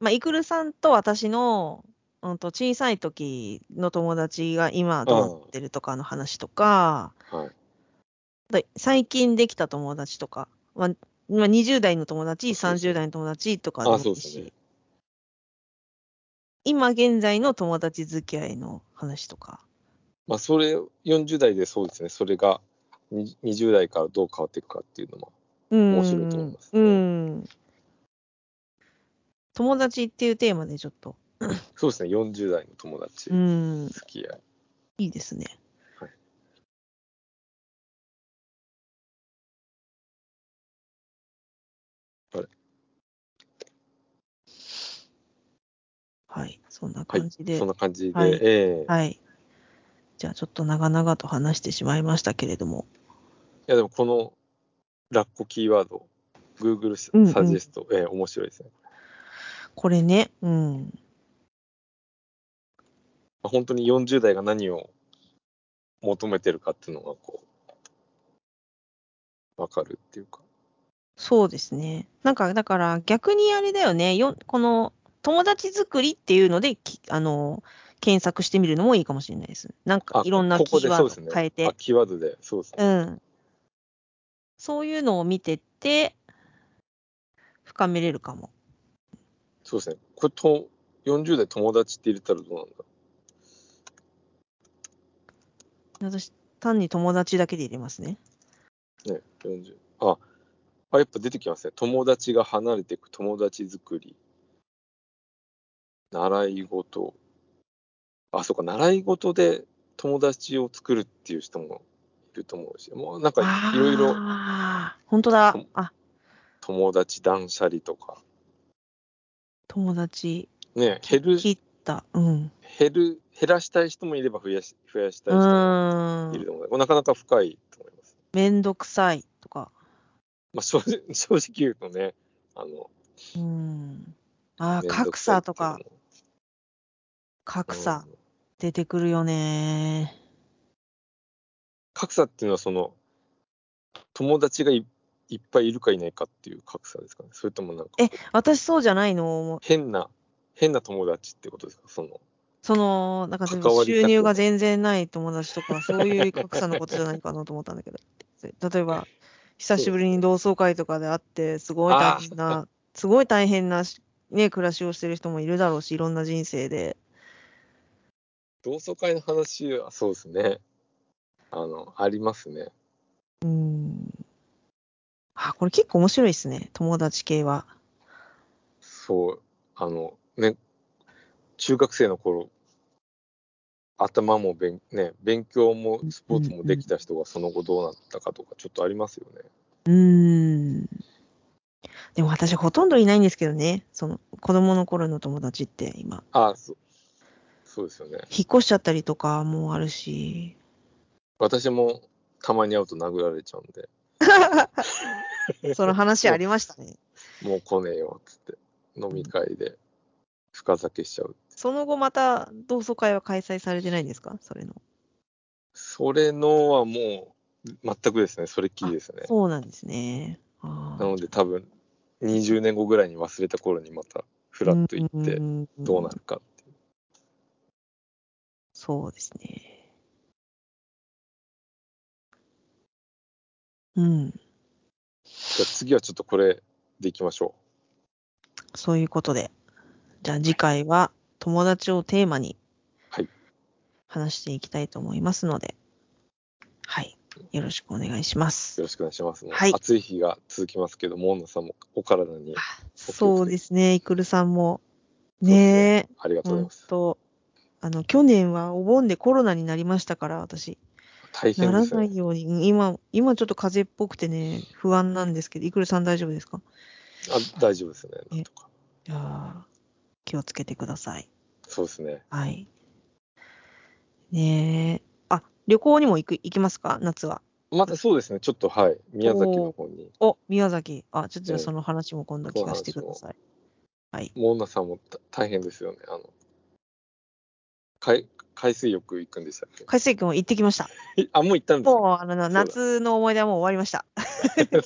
[SPEAKER 1] まあ、イクルさんと私の、うん、と小さい時の友達が今どうなってるとかの話とか、
[SPEAKER 2] はい
[SPEAKER 1] で最近できた友達とか、まあ、まあ20代の友達、
[SPEAKER 2] そうですね
[SPEAKER 1] 30代の友達とか
[SPEAKER 2] あ
[SPEAKER 1] でもい
[SPEAKER 2] そう
[SPEAKER 1] い
[SPEAKER 2] ですね
[SPEAKER 1] し、今現在の友達付き合いの話とか。
[SPEAKER 2] まあ、それ、40代でそうですね、それがに20代からどう変わっていくかっていうのも
[SPEAKER 1] うん。
[SPEAKER 2] 面白いと思いますね
[SPEAKER 1] うん。友達っていうテーマでちょっと。
[SPEAKER 2] そうですね40代の友達
[SPEAKER 1] うん。
[SPEAKER 2] 付き合い、
[SPEAKER 1] いいですね。
[SPEAKER 2] はいあれ
[SPEAKER 1] はい、そんな
[SPEAKER 2] はい
[SPEAKER 1] 感じで。
[SPEAKER 2] そんな感じで、
[SPEAKER 1] はい
[SPEAKER 2] ええ
[SPEAKER 1] はい。じゃあちょっと長々と話してしまいましたけれども。
[SPEAKER 2] いやでもこのラッコキーワード、Google サ
[SPEAKER 1] うんうん
[SPEAKER 2] サジェスト、ええ面白いですね。
[SPEAKER 1] これね、うん。
[SPEAKER 2] まあ本当に40代が何を求めてるかっていうのがこう、わかるっていうか。
[SPEAKER 1] そうですね。なんか、だから逆にあれだよね。よこの友達作りっていうのでき、あの、検索してみるのもいいかもしれないです。なんか
[SPEAKER 2] あ
[SPEAKER 1] いろんなキ
[SPEAKER 2] ここで
[SPEAKER 1] ーワー
[SPEAKER 2] そう
[SPEAKER 1] ド
[SPEAKER 2] ですね
[SPEAKER 1] 変えて。
[SPEAKER 2] あ、キーワードで、そうですね。
[SPEAKER 1] うん。そういうのを見てって、深めれるかも。
[SPEAKER 2] そうですね。これと、40代友達って入れたらどうなんだろ
[SPEAKER 1] 私、単に友達だけで入れますね。
[SPEAKER 2] う。ね、40。あ、あ、やっぱ出てきますね。友達が離れていく友達作り。習い事。あ、そうか、習い事で友達を作るっていう人もいると思うし、もうなんかいろいろ。
[SPEAKER 1] あー本当だ。あ、
[SPEAKER 2] 友達断捨離とか、
[SPEAKER 1] 友達
[SPEAKER 2] ね、減る減
[SPEAKER 1] 切った。うん。
[SPEAKER 2] る減らしたい人もいれば増やし増やした
[SPEAKER 1] う
[SPEAKER 2] い人も
[SPEAKER 1] ー
[SPEAKER 2] いる
[SPEAKER 1] ん。
[SPEAKER 2] と思う、なかなか深いと思います。
[SPEAKER 1] めんどくさいとか。
[SPEAKER 2] まあ、正直正直言うとね、あの
[SPEAKER 1] うん。ああ、
[SPEAKER 2] 面倒く
[SPEAKER 1] 格
[SPEAKER 2] さ
[SPEAKER 1] 差
[SPEAKER 2] いって
[SPEAKER 1] と
[SPEAKER 2] いうのも
[SPEAKER 1] か、格
[SPEAKER 2] う
[SPEAKER 1] 差
[SPEAKER 2] ん
[SPEAKER 1] 出てくるよね。
[SPEAKER 2] 格差っていうのはその、友達がいいっぱいいるかいないかっていう格差ですかね、それともなんか
[SPEAKER 1] え私そうじゃないのもう
[SPEAKER 2] 変な、変な友達ってことですか、その
[SPEAKER 1] その、なんか
[SPEAKER 2] 関わりたく
[SPEAKER 1] 収入が全然ない友達とか、そういう格差のことじゃないかなと思ったんだけど、例えば、久しぶりに同窓会とかで会って、すごい大変な、すごい大変なし、ね、暮らしをしてる人もいるだろうし、いろんな人生で。
[SPEAKER 2] 同窓会の話はそうですね、あのありますね。
[SPEAKER 1] うん。あ、これ結構面白いですね、友達系は。
[SPEAKER 2] そう、あの、ね、中学生の頃、頭もべん、ね、勉強もスポーツもできた人がその後どうなったかとか、ちょっとありますよね。
[SPEAKER 1] うん。でも私ほとんどいないんですけどね、その子供の頃の友達って今、
[SPEAKER 2] ああ、そそうですよね。
[SPEAKER 1] 引っ越しちゃったりとかもあるし、
[SPEAKER 2] 私もたまに会うと殴られちゃうんで、
[SPEAKER 1] その話ありましたね。
[SPEAKER 2] もう来ねえよっつって、飲み会で深酒しちゃう。
[SPEAKER 1] その後また同窓会は開催されてないんですかそれの。
[SPEAKER 2] それのはもう、全くですね、それっきりですね。
[SPEAKER 1] そうなんですね。あ
[SPEAKER 2] なので多分、20年後ぐらいに忘れた頃にまた、フラッと行って、
[SPEAKER 1] て
[SPEAKER 2] どうなるかっていう。
[SPEAKER 1] そうですね。うん。
[SPEAKER 2] じゃあ次はちょっとこれでいきましょ
[SPEAKER 1] そういうことで。じゃあ次回は友達をテーマに
[SPEAKER 2] はい
[SPEAKER 1] 話していきたいと思いますので。はい。よろしくお願いしま
[SPEAKER 2] う。
[SPEAKER 1] す。
[SPEAKER 2] よろしくお願いします。もう
[SPEAKER 1] はい
[SPEAKER 2] 暑い日が続きますけど、モンナさんもお体に
[SPEAKER 1] そうですね。イクルさんも。ねえ。
[SPEAKER 2] ありがとうござい
[SPEAKER 1] 本
[SPEAKER 2] ます。
[SPEAKER 1] 当あの、去年はお盆でコロナになりましたから、私。
[SPEAKER 2] 大変
[SPEAKER 1] な
[SPEAKER 2] で
[SPEAKER 1] ら
[SPEAKER 2] す
[SPEAKER 1] な
[SPEAKER 2] ね
[SPEAKER 1] い。ように、うん今、今ちょっと風邪っぽくてね、不安なんですけど、いくるさん大丈夫ですか
[SPEAKER 2] あ大丈夫ですね。なんとか。
[SPEAKER 1] いやー気をつけてください。
[SPEAKER 2] そうですね。
[SPEAKER 1] はい。ねえ。あ、旅行にも行く、行きますか夏は。
[SPEAKER 2] またそうですね。ちょっとはい。宮崎の方に。
[SPEAKER 1] お、宮崎。あ、ちょっとじゃあ
[SPEAKER 2] ええ
[SPEAKER 1] その話も今度聞かせてください。はい。
[SPEAKER 2] モンナさんもた大変ですよね。あの海海水浴行くんでしたっけ
[SPEAKER 1] 海水君も行ってきました。
[SPEAKER 2] あ、もう行ったんですね
[SPEAKER 1] もう、あの、夏の思い出はもう終わりま した。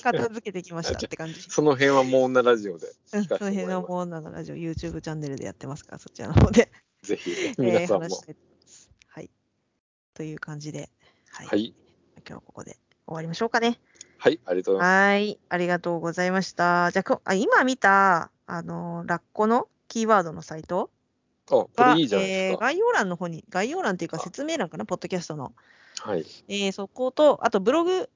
[SPEAKER 1] 片付けてきましたって感じ。
[SPEAKER 2] その辺はモンナラジオで
[SPEAKER 1] うん
[SPEAKER 2] 聞
[SPEAKER 1] そ
[SPEAKER 2] か
[SPEAKER 1] の辺
[SPEAKER 2] せてもらい
[SPEAKER 1] の
[SPEAKER 2] ま
[SPEAKER 1] もうなのラジオ、YouTube チャンネルでやってますから、そちらの方で、
[SPEAKER 2] す。ぜひ、
[SPEAKER 1] え
[SPEAKER 2] 皆
[SPEAKER 1] ー
[SPEAKER 2] さんも。
[SPEAKER 1] 話したいと思います。はい。という感じで、はい。
[SPEAKER 2] はい。
[SPEAKER 1] 今日ここで終わりましょうかね。
[SPEAKER 2] はい。ありがとうございま
[SPEAKER 1] はい。ありがとうございました。じゃあ、こあ今見た、あの、ラッコのキーワードのサイト
[SPEAKER 2] す。あ、こ
[SPEAKER 1] は、
[SPEAKER 2] れいいじゃないで
[SPEAKER 1] え
[SPEAKER 2] す
[SPEAKER 1] ー概要欄の方に、概要欄というか
[SPEAKER 2] あ
[SPEAKER 1] 説明欄かな、ポッドキャストの。
[SPEAKER 2] か。はい。
[SPEAKER 1] えーそこと、あとブログ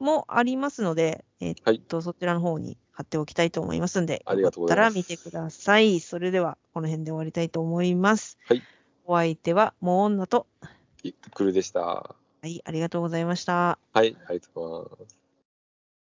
[SPEAKER 1] もありますので、えっ
[SPEAKER 2] はい
[SPEAKER 1] と、そちらの方に貼っておきたいと思いますんで、
[SPEAKER 2] ありがとうござ
[SPEAKER 1] よ
[SPEAKER 2] い
[SPEAKER 1] か
[SPEAKER 2] ま
[SPEAKER 1] っ
[SPEAKER 2] す
[SPEAKER 1] たら見てください。それでは、この辺で終わりたいと思います。
[SPEAKER 2] はい。
[SPEAKER 1] お相手は、もう女と、
[SPEAKER 2] いくるでした。
[SPEAKER 1] はい、ありがとうございました。
[SPEAKER 2] はい、ありがとうございます。